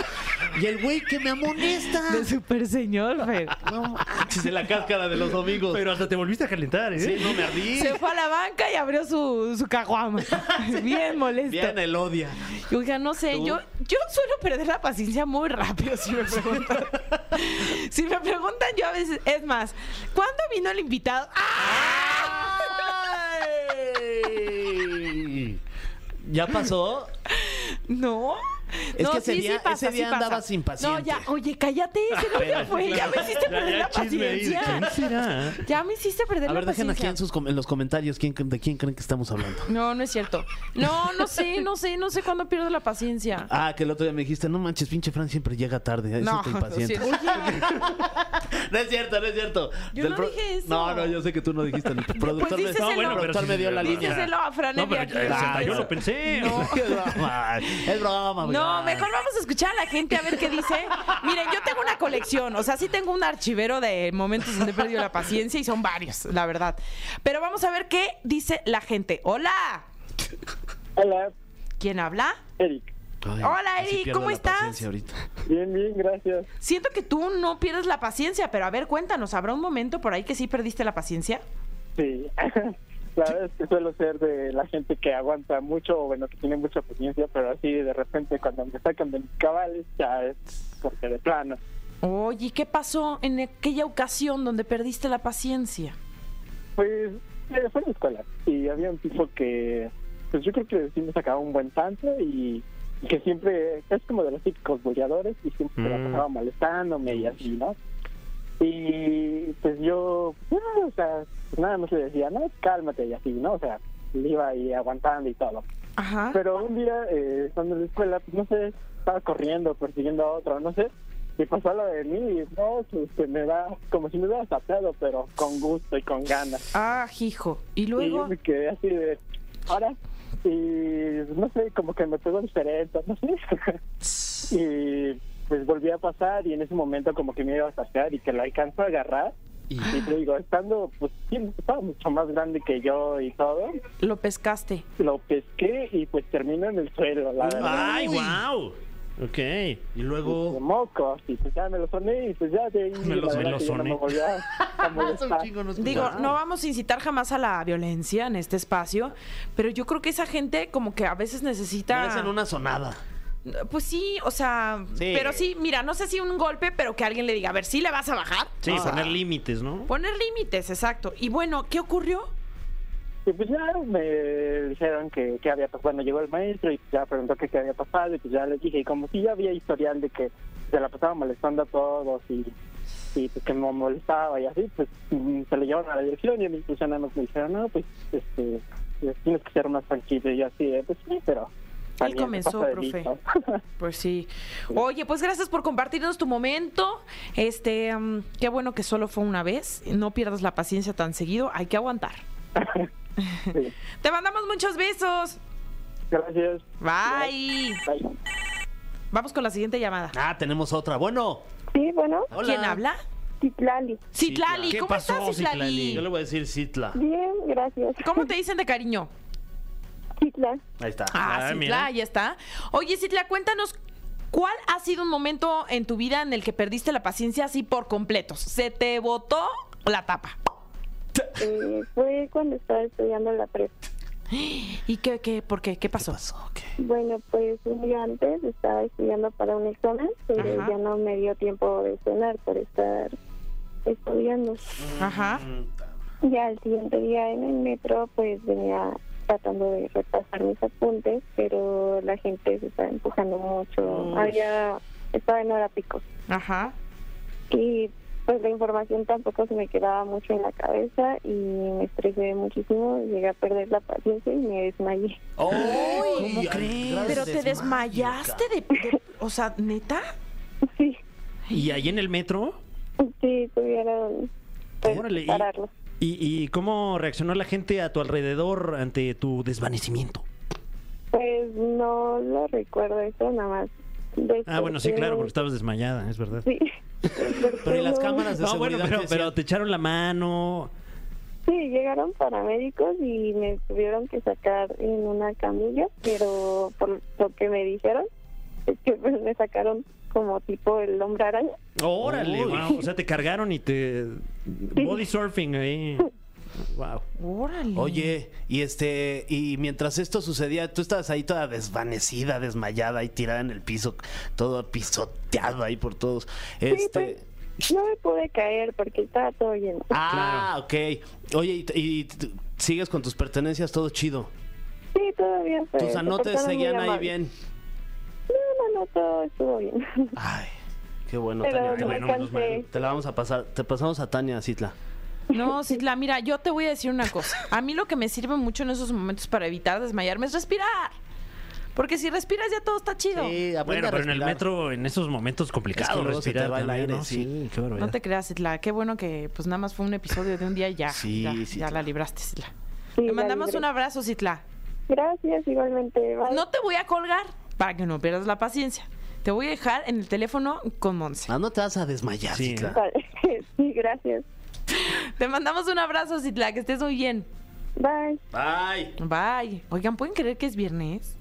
[SPEAKER 4] Y el güey que me amonesta.
[SPEAKER 2] de super señor, Fer.
[SPEAKER 4] No, manches, "Ah, de la cáscara de los domingos.
[SPEAKER 3] Pero hasta te volviste a calentar, ¿eh?
[SPEAKER 4] sí, no me ardí.
[SPEAKER 2] Se fue a la banca y abrió su, su caguama. Bien molesto.
[SPEAKER 4] Bien, el odia.
[SPEAKER 2] Oiga, no sé, yo, yo suelo perder la paciencia muy rápido si me preguntan. si me preguntan, yo a veces, es más, ¿cuándo vino el invitado? ¡Ah!
[SPEAKER 4] ¿Ya pasó?
[SPEAKER 2] No,
[SPEAKER 4] Es
[SPEAKER 2] No,
[SPEAKER 4] que ese
[SPEAKER 2] sí, sí
[SPEAKER 4] día,
[SPEAKER 2] pasa,
[SPEAKER 4] ese día
[SPEAKER 2] sí pasa.
[SPEAKER 4] andabas impaciente. Ah,
[SPEAKER 2] No, ya, oye, cállate, ese no ya fue, ya me hiciste perder la paciencia. Ya me hiciste perder
[SPEAKER 4] A
[SPEAKER 2] la
[SPEAKER 4] ver, dejen
[SPEAKER 2] paciencia.
[SPEAKER 4] aquí en, sus, com- en los comentarios quién, de quién creen que estamos hablando.
[SPEAKER 2] No, no es cierto. No, no sé, no sé, no sé cuándo pierdo la paciencia.
[SPEAKER 4] Ah, que el otro día me dijiste, no manches, pinche Fran siempre llega tarde. Eso
[SPEAKER 2] No,
[SPEAKER 4] te impacienta.
[SPEAKER 2] lo siento. Oye,
[SPEAKER 4] No es cierto, no es cierto.
[SPEAKER 2] Yo no dije eso. Pues
[SPEAKER 4] No, no, yo sé que tú no dijiste. El productor, me,
[SPEAKER 2] díseselo.
[SPEAKER 4] No, bueno, el productor
[SPEAKER 7] pero
[SPEAKER 4] me
[SPEAKER 7] sí,
[SPEAKER 4] dio la
[SPEAKER 7] sí,
[SPEAKER 4] línea.
[SPEAKER 2] díselo a Fran
[SPEAKER 7] No, pero
[SPEAKER 2] Evia
[SPEAKER 7] eh,
[SPEAKER 2] aquí. Ah,
[SPEAKER 7] hasta yo lo pensé.
[SPEAKER 4] Es broma, es broma.
[SPEAKER 2] No,
[SPEAKER 4] güey.
[SPEAKER 2] mejor vamos a escuchar a la gente a ver qué dice. Miren, yo tengo una colección, o sea, sí tengo un archivero de momentos donde he perdido la paciencia y son varios, la verdad. Pero vamos a ver qué dice la gente. Hola,
[SPEAKER 8] Hola,
[SPEAKER 2] ¿quién habla?
[SPEAKER 8] Eric.
[SPEAKER 4] Ay,
[SPEAKER 2] Hola,
[SPEAKER 4] casi
[SPEAKER 2] Eric,
[SPEAKER 4] pierdo
[SPEAKER 2] ¿cómo
[SPEAKER 4] la
[SPEAKER 2] estás?
[SPEAKER 4] paciencia ahorita.
[SPEAKER 8] Bien, bien, gracias.
[SPEAKER 2] Siento que tú no pierdes la paciencia, pero a ver, cuéntanos, ¿habrá un momento por ahí que sí perdiste la paciencia?
[SPEAKER 8] Sí. La verdad es que suelo ser de la gente que aguanta mucho, o bueno, que tiene mucha paciencia, pero así de repente cuando me sacan de mis cabales, ya es porque de plano.
[SPEAKER 2] Oye, ¿qué pasó en aquella ocasión donde perdiste la paciencia?
[SPEAKER 8] Pues eh, fue en la escuela y había un tipo que, pues yo creo que sí me sacaba un buen tanto y y que siempre es como de los típicos boleadores y siempre se la pasaba molestándome y así, ¿no? Y pues yo, ah, o sea, pues nada más le decía, no, cálmate y así, ¿no? O sea, le iba ahí aguantando y todo.
[SPEAKER 2] Ajá.
[SPEAKER 8] Pero un día, eh, estando en la escuela, pues, no sé, estaba corriendo, persiguiendo a otro, no sé, y pasó lo de mí y no, pues se me va, como si me hubiera sapeado, pero con gusto y con ganas.
[SPEAKER 2] Ah, hijo. Y
[SPEAKER 8] Y yo
[SPEAKER 2] luego,
[SPEAKER 8] me quedé así de, ahora, y no sé, como que me pegó diferente, no sé. y pues volví a pasar y en ese momento como que me iba a sacar y que lo alcanzo a agarrar. Y, te digo, estando, pues, sí, estaba mucho más grande que yo y todo,
[SPEAKER 2] lo pescaste.
[SPEAKER 8] lo pesqué y pues terminó en el suelo,
[SPEAKER 7] Uh,
[SPEAKER 8] la verdad.
[SPEAKER 7] ¡Ay, wow! Y
[SPEAKER 3] Ok.
[SPEAKER 8] De
[SPEAKER 7] luego.
[SPEAKER 8] mocos, y pues ya me lo soné, y pues ya de ahí.
[SPEAKER 7] Me lo-
[SPEAKER 8] la
[SPEAKER 7] me
[SPEAKER 8] verdad
[SPEAKER 7] lo
[SPEAKER 8] que ya no
[SPEAKER 7] soné.
[SPEAKER 8] me volvió a- a molestar.
[SPEAKER 2] Digo, no vamos a incitar jamás a la violencia en este espacio, pero yo creo que esa gente como que a veces necesita...
[SPEAKER 4] Parecen una sonada.
[SPEAKER 2] Pues sí, o sea,
[SPEAKER 4] Sí.
[SPEAKER 2] pero sí, mira, no sé si un golpe, pero que alguien le diga, a ver, ¿sí le vas a bajar?
[SPEAKER 3] Sí,
[SPEAKER 2] O sea,
[SPEAKER 3] poner límites, ¿no?
[SPEAKER 2] Poner límites, exacto. Y bueno, ¿qué ocurrió?
[SPEAKER 8] Y pues ya me dijeron que, que había pasado. Bueno, llegó el maestro y ya preguntó que qué había pasado. Y pues ya les dije, y como si ya había historial de que se la pasaba molestando a todos y, y pues que me molestaba y así, pues mm, se lo llevaron a la dirección y a mi institución nada más me dijeron, no, pues este, pues, tienes que ser más tranquilo. Y yo así, de, pues sí, pero. también
[SPEAKER 2] comenzó,
[SPEAKER 8] pasa de
[SPEAKER 2] profe.
[SPEAKER 8] listo.
[SPEAKER 2] Pues sí. Oye, pues gracias por compartirnos tu momento. Este, mm, qué bueno que solo fue una vez. No pierdas la paciencia tan seguido. Hay que aguantar.
[SPEAKER 8] Sí.
[SPEAKER 2] Te mandamos muchos besos.
[SPEAKER 8] Gracias.
[SPEAKER 2] Bye.
[SPEAKER 8] Bye.
[SPEAKER 2] Vamos con la siguiente llamada.
[SPEAKER 4] Ah, tenemos otra. Bueno,
[SPEAKER 9] Sí, bueno,
[SPEAKER 4] hola.
[SPEAKER 2] ¿Quién habla?
[SPEAKER 9] Citlali.
[SPEAKER 2] Citlali.
[SPEAKER 3] ¿Qué
[SPEAKER 2] ¿Cómo
[SPEAKER 3] pasó,
[SPEAKER 2] estás,
[SPEAKER 4] Yo
[SPEAKER 3] Citlali?
[SPEAKER 4] le
[SPEAKER 2] Citlali?
[SPEAKER 4] voy a decir Citla.
[SPEAKER 9] Bien, gracias.
[SPEAKER 2] ¿Cómo te dicen de cariño?
[SPEAKER 9] Citla.
[SPEAKER 4] Ahí está.
[SPEAKER 2] Ah,
[SPEAKER 7] Ah,
[SPEAKER 2] Citla,
[SPEAKER 7] mira.
[SPEAKER 2] ahí está. Oye, Citla, cuéntanos. ¿Cuál ha sido un momento en tu vida en el que perdiste la paciencia así por completo? ¿Se te botó la tapa?
[SPEAKER 9] Eh, fue cuando estaba estudiando la prepa.
[SPEAKER 2] ¿Y qué, qué, por qué? ¿Qué pasó?
[SPEAKER 9] Bueno, pues un día antes estaba estudiando para un examen, pero
[SPEAKER 2] Ajá.
[SPEAKER 9] ya no me dio tiempo de cenar por estar estudiando.
[SPEAKER 2] Ajá.
[SPEAKER 9] Ya el siguiente día en el metro, pues venía tratando de repasar mis apuntes, pero la gente se estaba empujando mucho. Había, estaba en hora pico.
[SPEAKER 2] Ajá.
[SPEAKER 9] y pues la información tampoco se me quedaba mucho en la cabeza y me estresé muchísimo, llegué a perder la paciencia y me desmayé.
[SPEAKER 4] ¿Cómo crees?
[SPEAKER 2] Pero te desmayaste de, de- O sea, neta.
[SPEAKER 9] Sí,
[SPEAKER 3] ¿Y ahí en el metro?
[SPEAKER 9] sí, tuvieron pues,
[SPEAKER 3] Órale, y-
[SPEAKER 9] pararlo.
[SPEAKER 3] ¿Y, y cómo reaccionó la gente a tu alrededor ante tu desvanecimiento?
[SPEAKER 9] Pues no lo recuerdo eso, nada más.
[SPEAKER 3] Ah, bueno, sí, claro, porque
[SPEAKER 9] porque
[SPEAKER 3] estabas desmayada, es verdad.
[SPEAKER 9] Sí.
[SPEAKER 4] Pero en las cámaras de
[SPEAKER 3] No, bueno,
[SPEAKER 4] seguridad
[SPEAKER 3] pero,
[SPEAKER 4] te
[SPEAKER 3] pero
[SPEAKER 4] decían-
[SPEAKER 3] te echaron la mano.
[SPEAKER 9] Sí, llegaron paramédicos y me tuvieron que sacar en una camilla, pero por lo que me dijeron es que pues, me sacaron como tipo el hombre araña.
[SPEAKER 3] Órale,
[SPEAKER 4] Uy.
[SPEAKER 3] wow. O sea, te cargaron y te. Body surfing ahí. Wow.
[SPEAKER 2] Órale.
[SPEAKER 4] Oye, y este, y mientras esto sucedía, tú estabas ahí toda desvanecida, desmayada y tirada en el piso, todo pisoteado ahí por todos.
[SPEAKER 9] pues.
[SPEAKER 4] Este.
[SPEAKER 9] No me pude caer porque estaba todo lleno.
[SPEAKER 4] Ah, ok. Oye, y, y t- sigues con tus pertenencias, todo chido.
[SPEAKER 9] Sí, todavía. pues,
[SPEAKER 4] Tus
[SPEAKER 9] se
[SPEAKER 4] anotes
[SPEAKER 9] portaron muy
[SPEAKER 4] seguían ahí
[SPEAKER 9] amables.
[SPEAKER 4] bien.
[SPEAKER 9] No, no, no, no, todo estuvo bien.
[SPEAKER 4] Ay, qué bueno,
[SPEAKER 9] Pero
[SPEAKER 4] Tania. Te,
[SPEAKER 9] me
[SPEAKER 4] bueno,
[SPEAKER 9] cansé.
[SPEAKER 4] te la vamos a pasar. Te pasamos a Tania Citla.
[SPEAKER 2] No, Citla, mira, yo te voy a decir una cosa. A mí lo que me sirve mucho en esos momentos para evitar desmayarme es respirar. Porque si respiras ya todo está chido.
[SPEAKER 4] Sí, aprende
[SPEAKER 3] Bueno,
[SPEAKER 4] a
[SPEAKER 3] pero en el
[SPEAKER 4] respirar.
[SPEAKER 3] metro, en esos momentos
[SPEAKER 4] Es que
[SPEAKER 3] complicados,
[SPEAKER 4] luego se te
[SPEAKER 3] respirar
[SPEAKER 4] va el
[SPEAKER 3] también,
[SPEAKER 4] aire,
[SPEAKER 3] ¿no?
[SPEAKER 4] sí.
[SPEAKER 3] qué barbaridad.
[SPEAKER 2] No te creas, Citla. Qué bueno que pues nada más fue un episodio de un día y ya.
[SPEAKER 4] Sí,
[SPEAKER 2] ya, ya
[SPEAKER 4] Citla.
[SPEAKER 2] la libraste, Citla.
[SPEAKER 9] Sí,
[SPEAKER 2] Te
[SPEAKER 9] la
[SPEAKER 2] mandamos
[SPEAKER 9] libré.
[SPEAKER 2] un abrazo, Citla.
[SPEAKER 9] Gracias, igualmente. Bye.
[SPEAKER 2] No te voy a colgar para que no pierdas la paciencia. Te voy a dejar en el teléfono con Monse.
[SPEAKER 4] Ah, no te vas a desmayar,
[SPEAKER 3] Sí.
[SPEAKER 4] Citla.
[SPEAKER 9] Vale. sí, gracias.
[SPEAKER 2] Te mandamos un abrazo, Citla, que estés muy bien.
[SPEAKER 9] Bye.
[SPEAKER 4] Bye.
[SPEAKER 2] Bye. Oigan, ¿pueden creer que es viernes?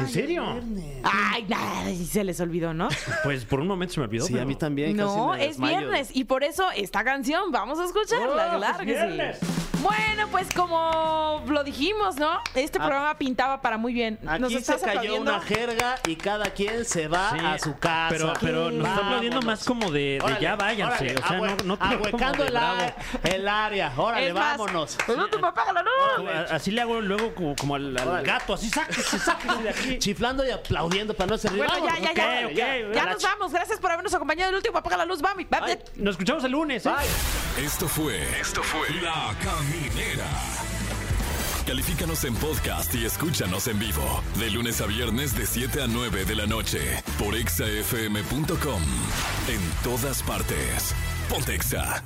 [SPEAKER 3] ¿En serio?
[SPEAKER 4] Eh.
[SPEAKER 2] Ay, nada, y se les olvidó, ¿no?
[SPEAKER 3] Pues por un momento se me olvidó.
[SPEAKER 4] Sí,
[SPEAKER 3] pero-
[SPEAKER 4] a mí también. casi
[SPEAKER 2] No,
[SPEAKER 4] me
[SPEAKER 2] es
[SPEAKER 4] desmayo.
[SPEAKER 2] viernes y por eso esta canción vamos a escucharla,
[SPEAKER 3] ¡Oh,
[SPEAKER 2] claro
[SPEAKER 3] es
[SPEAKER 2] que
[SPEAKER 3] viernes!
[SPEAKER 2] sí. Bueno, pues como lo dijimos, ¿no? Este
[SPEAKER 4] Ah.
[SPEAKER 2] programa pintaba para muy bien. Nos
[SPEAKER 4] Aquí se
[SPEAKER 2] estás
[SPEAKER 4] cayó
[SPEAKER 2] aplaudiendo.
[SPEAKER 4] una jerga y cada quien se va
[SPEAKER 3] Sí,
[SPEAKER 4] Ah, a su casa.
[SPEAKER 3] Pero, pero nos está aplaudiendo
[SPEAKER 4] Vámonos.
[SPEAKER 3] más como de, de
[SPEAKER 4] Órale,
[SPEAKER 3] ya váyanse.
[SPEAKER 4] órale,
[SPEAKER 3] o sea,
[SPEAKER 4] ahue-
[SPEAKER 3] no, no
[SPEAKER 4] ahuecando
[SPEAKER 3] como de
[SPEAKER 4] el, a- el área. Órale,
[SPEAKER 2] Es más, pues
[SPEAKER 4] vámonos.
[SPEAKER 2] ¡Bruto, apaga la luz!
[SPEAKER 3] bravo. A- Así le hago luego como, como al, al
[SPEAKER 4] Órale.
[SPEAKER 3] gato, así sáquese, sáquese de aquí.
[SPEAKER 4] Chiflando y aplaudiendo para no servir.
[SPEAKER 2] Bueno, ya,
[SPEAKER 4] Vámonos.
[SPEAKER 2] ya, ya.
[SPEAKER 3] ok, ok,
[SPEAKER 2] ya
[SPEAKER 3] la
[SPEAKER 2] nos
[SPEAKER 3] ch-
[SPEAKER 2] vamos. Gracias por habernos acompañado. El último apaga la luz, mami.
[SPEAKER 3] Ay, nos escuchamos el lunes. ¿eh?
[SPEAKER 1] Esto fue. Esto fue. La Caminera. Califícanos en podcast y escúchanos en vivo. De lunes a viernes, de 7 a 9 de la noche. Por exafm.com. En todas partes. Pontexa.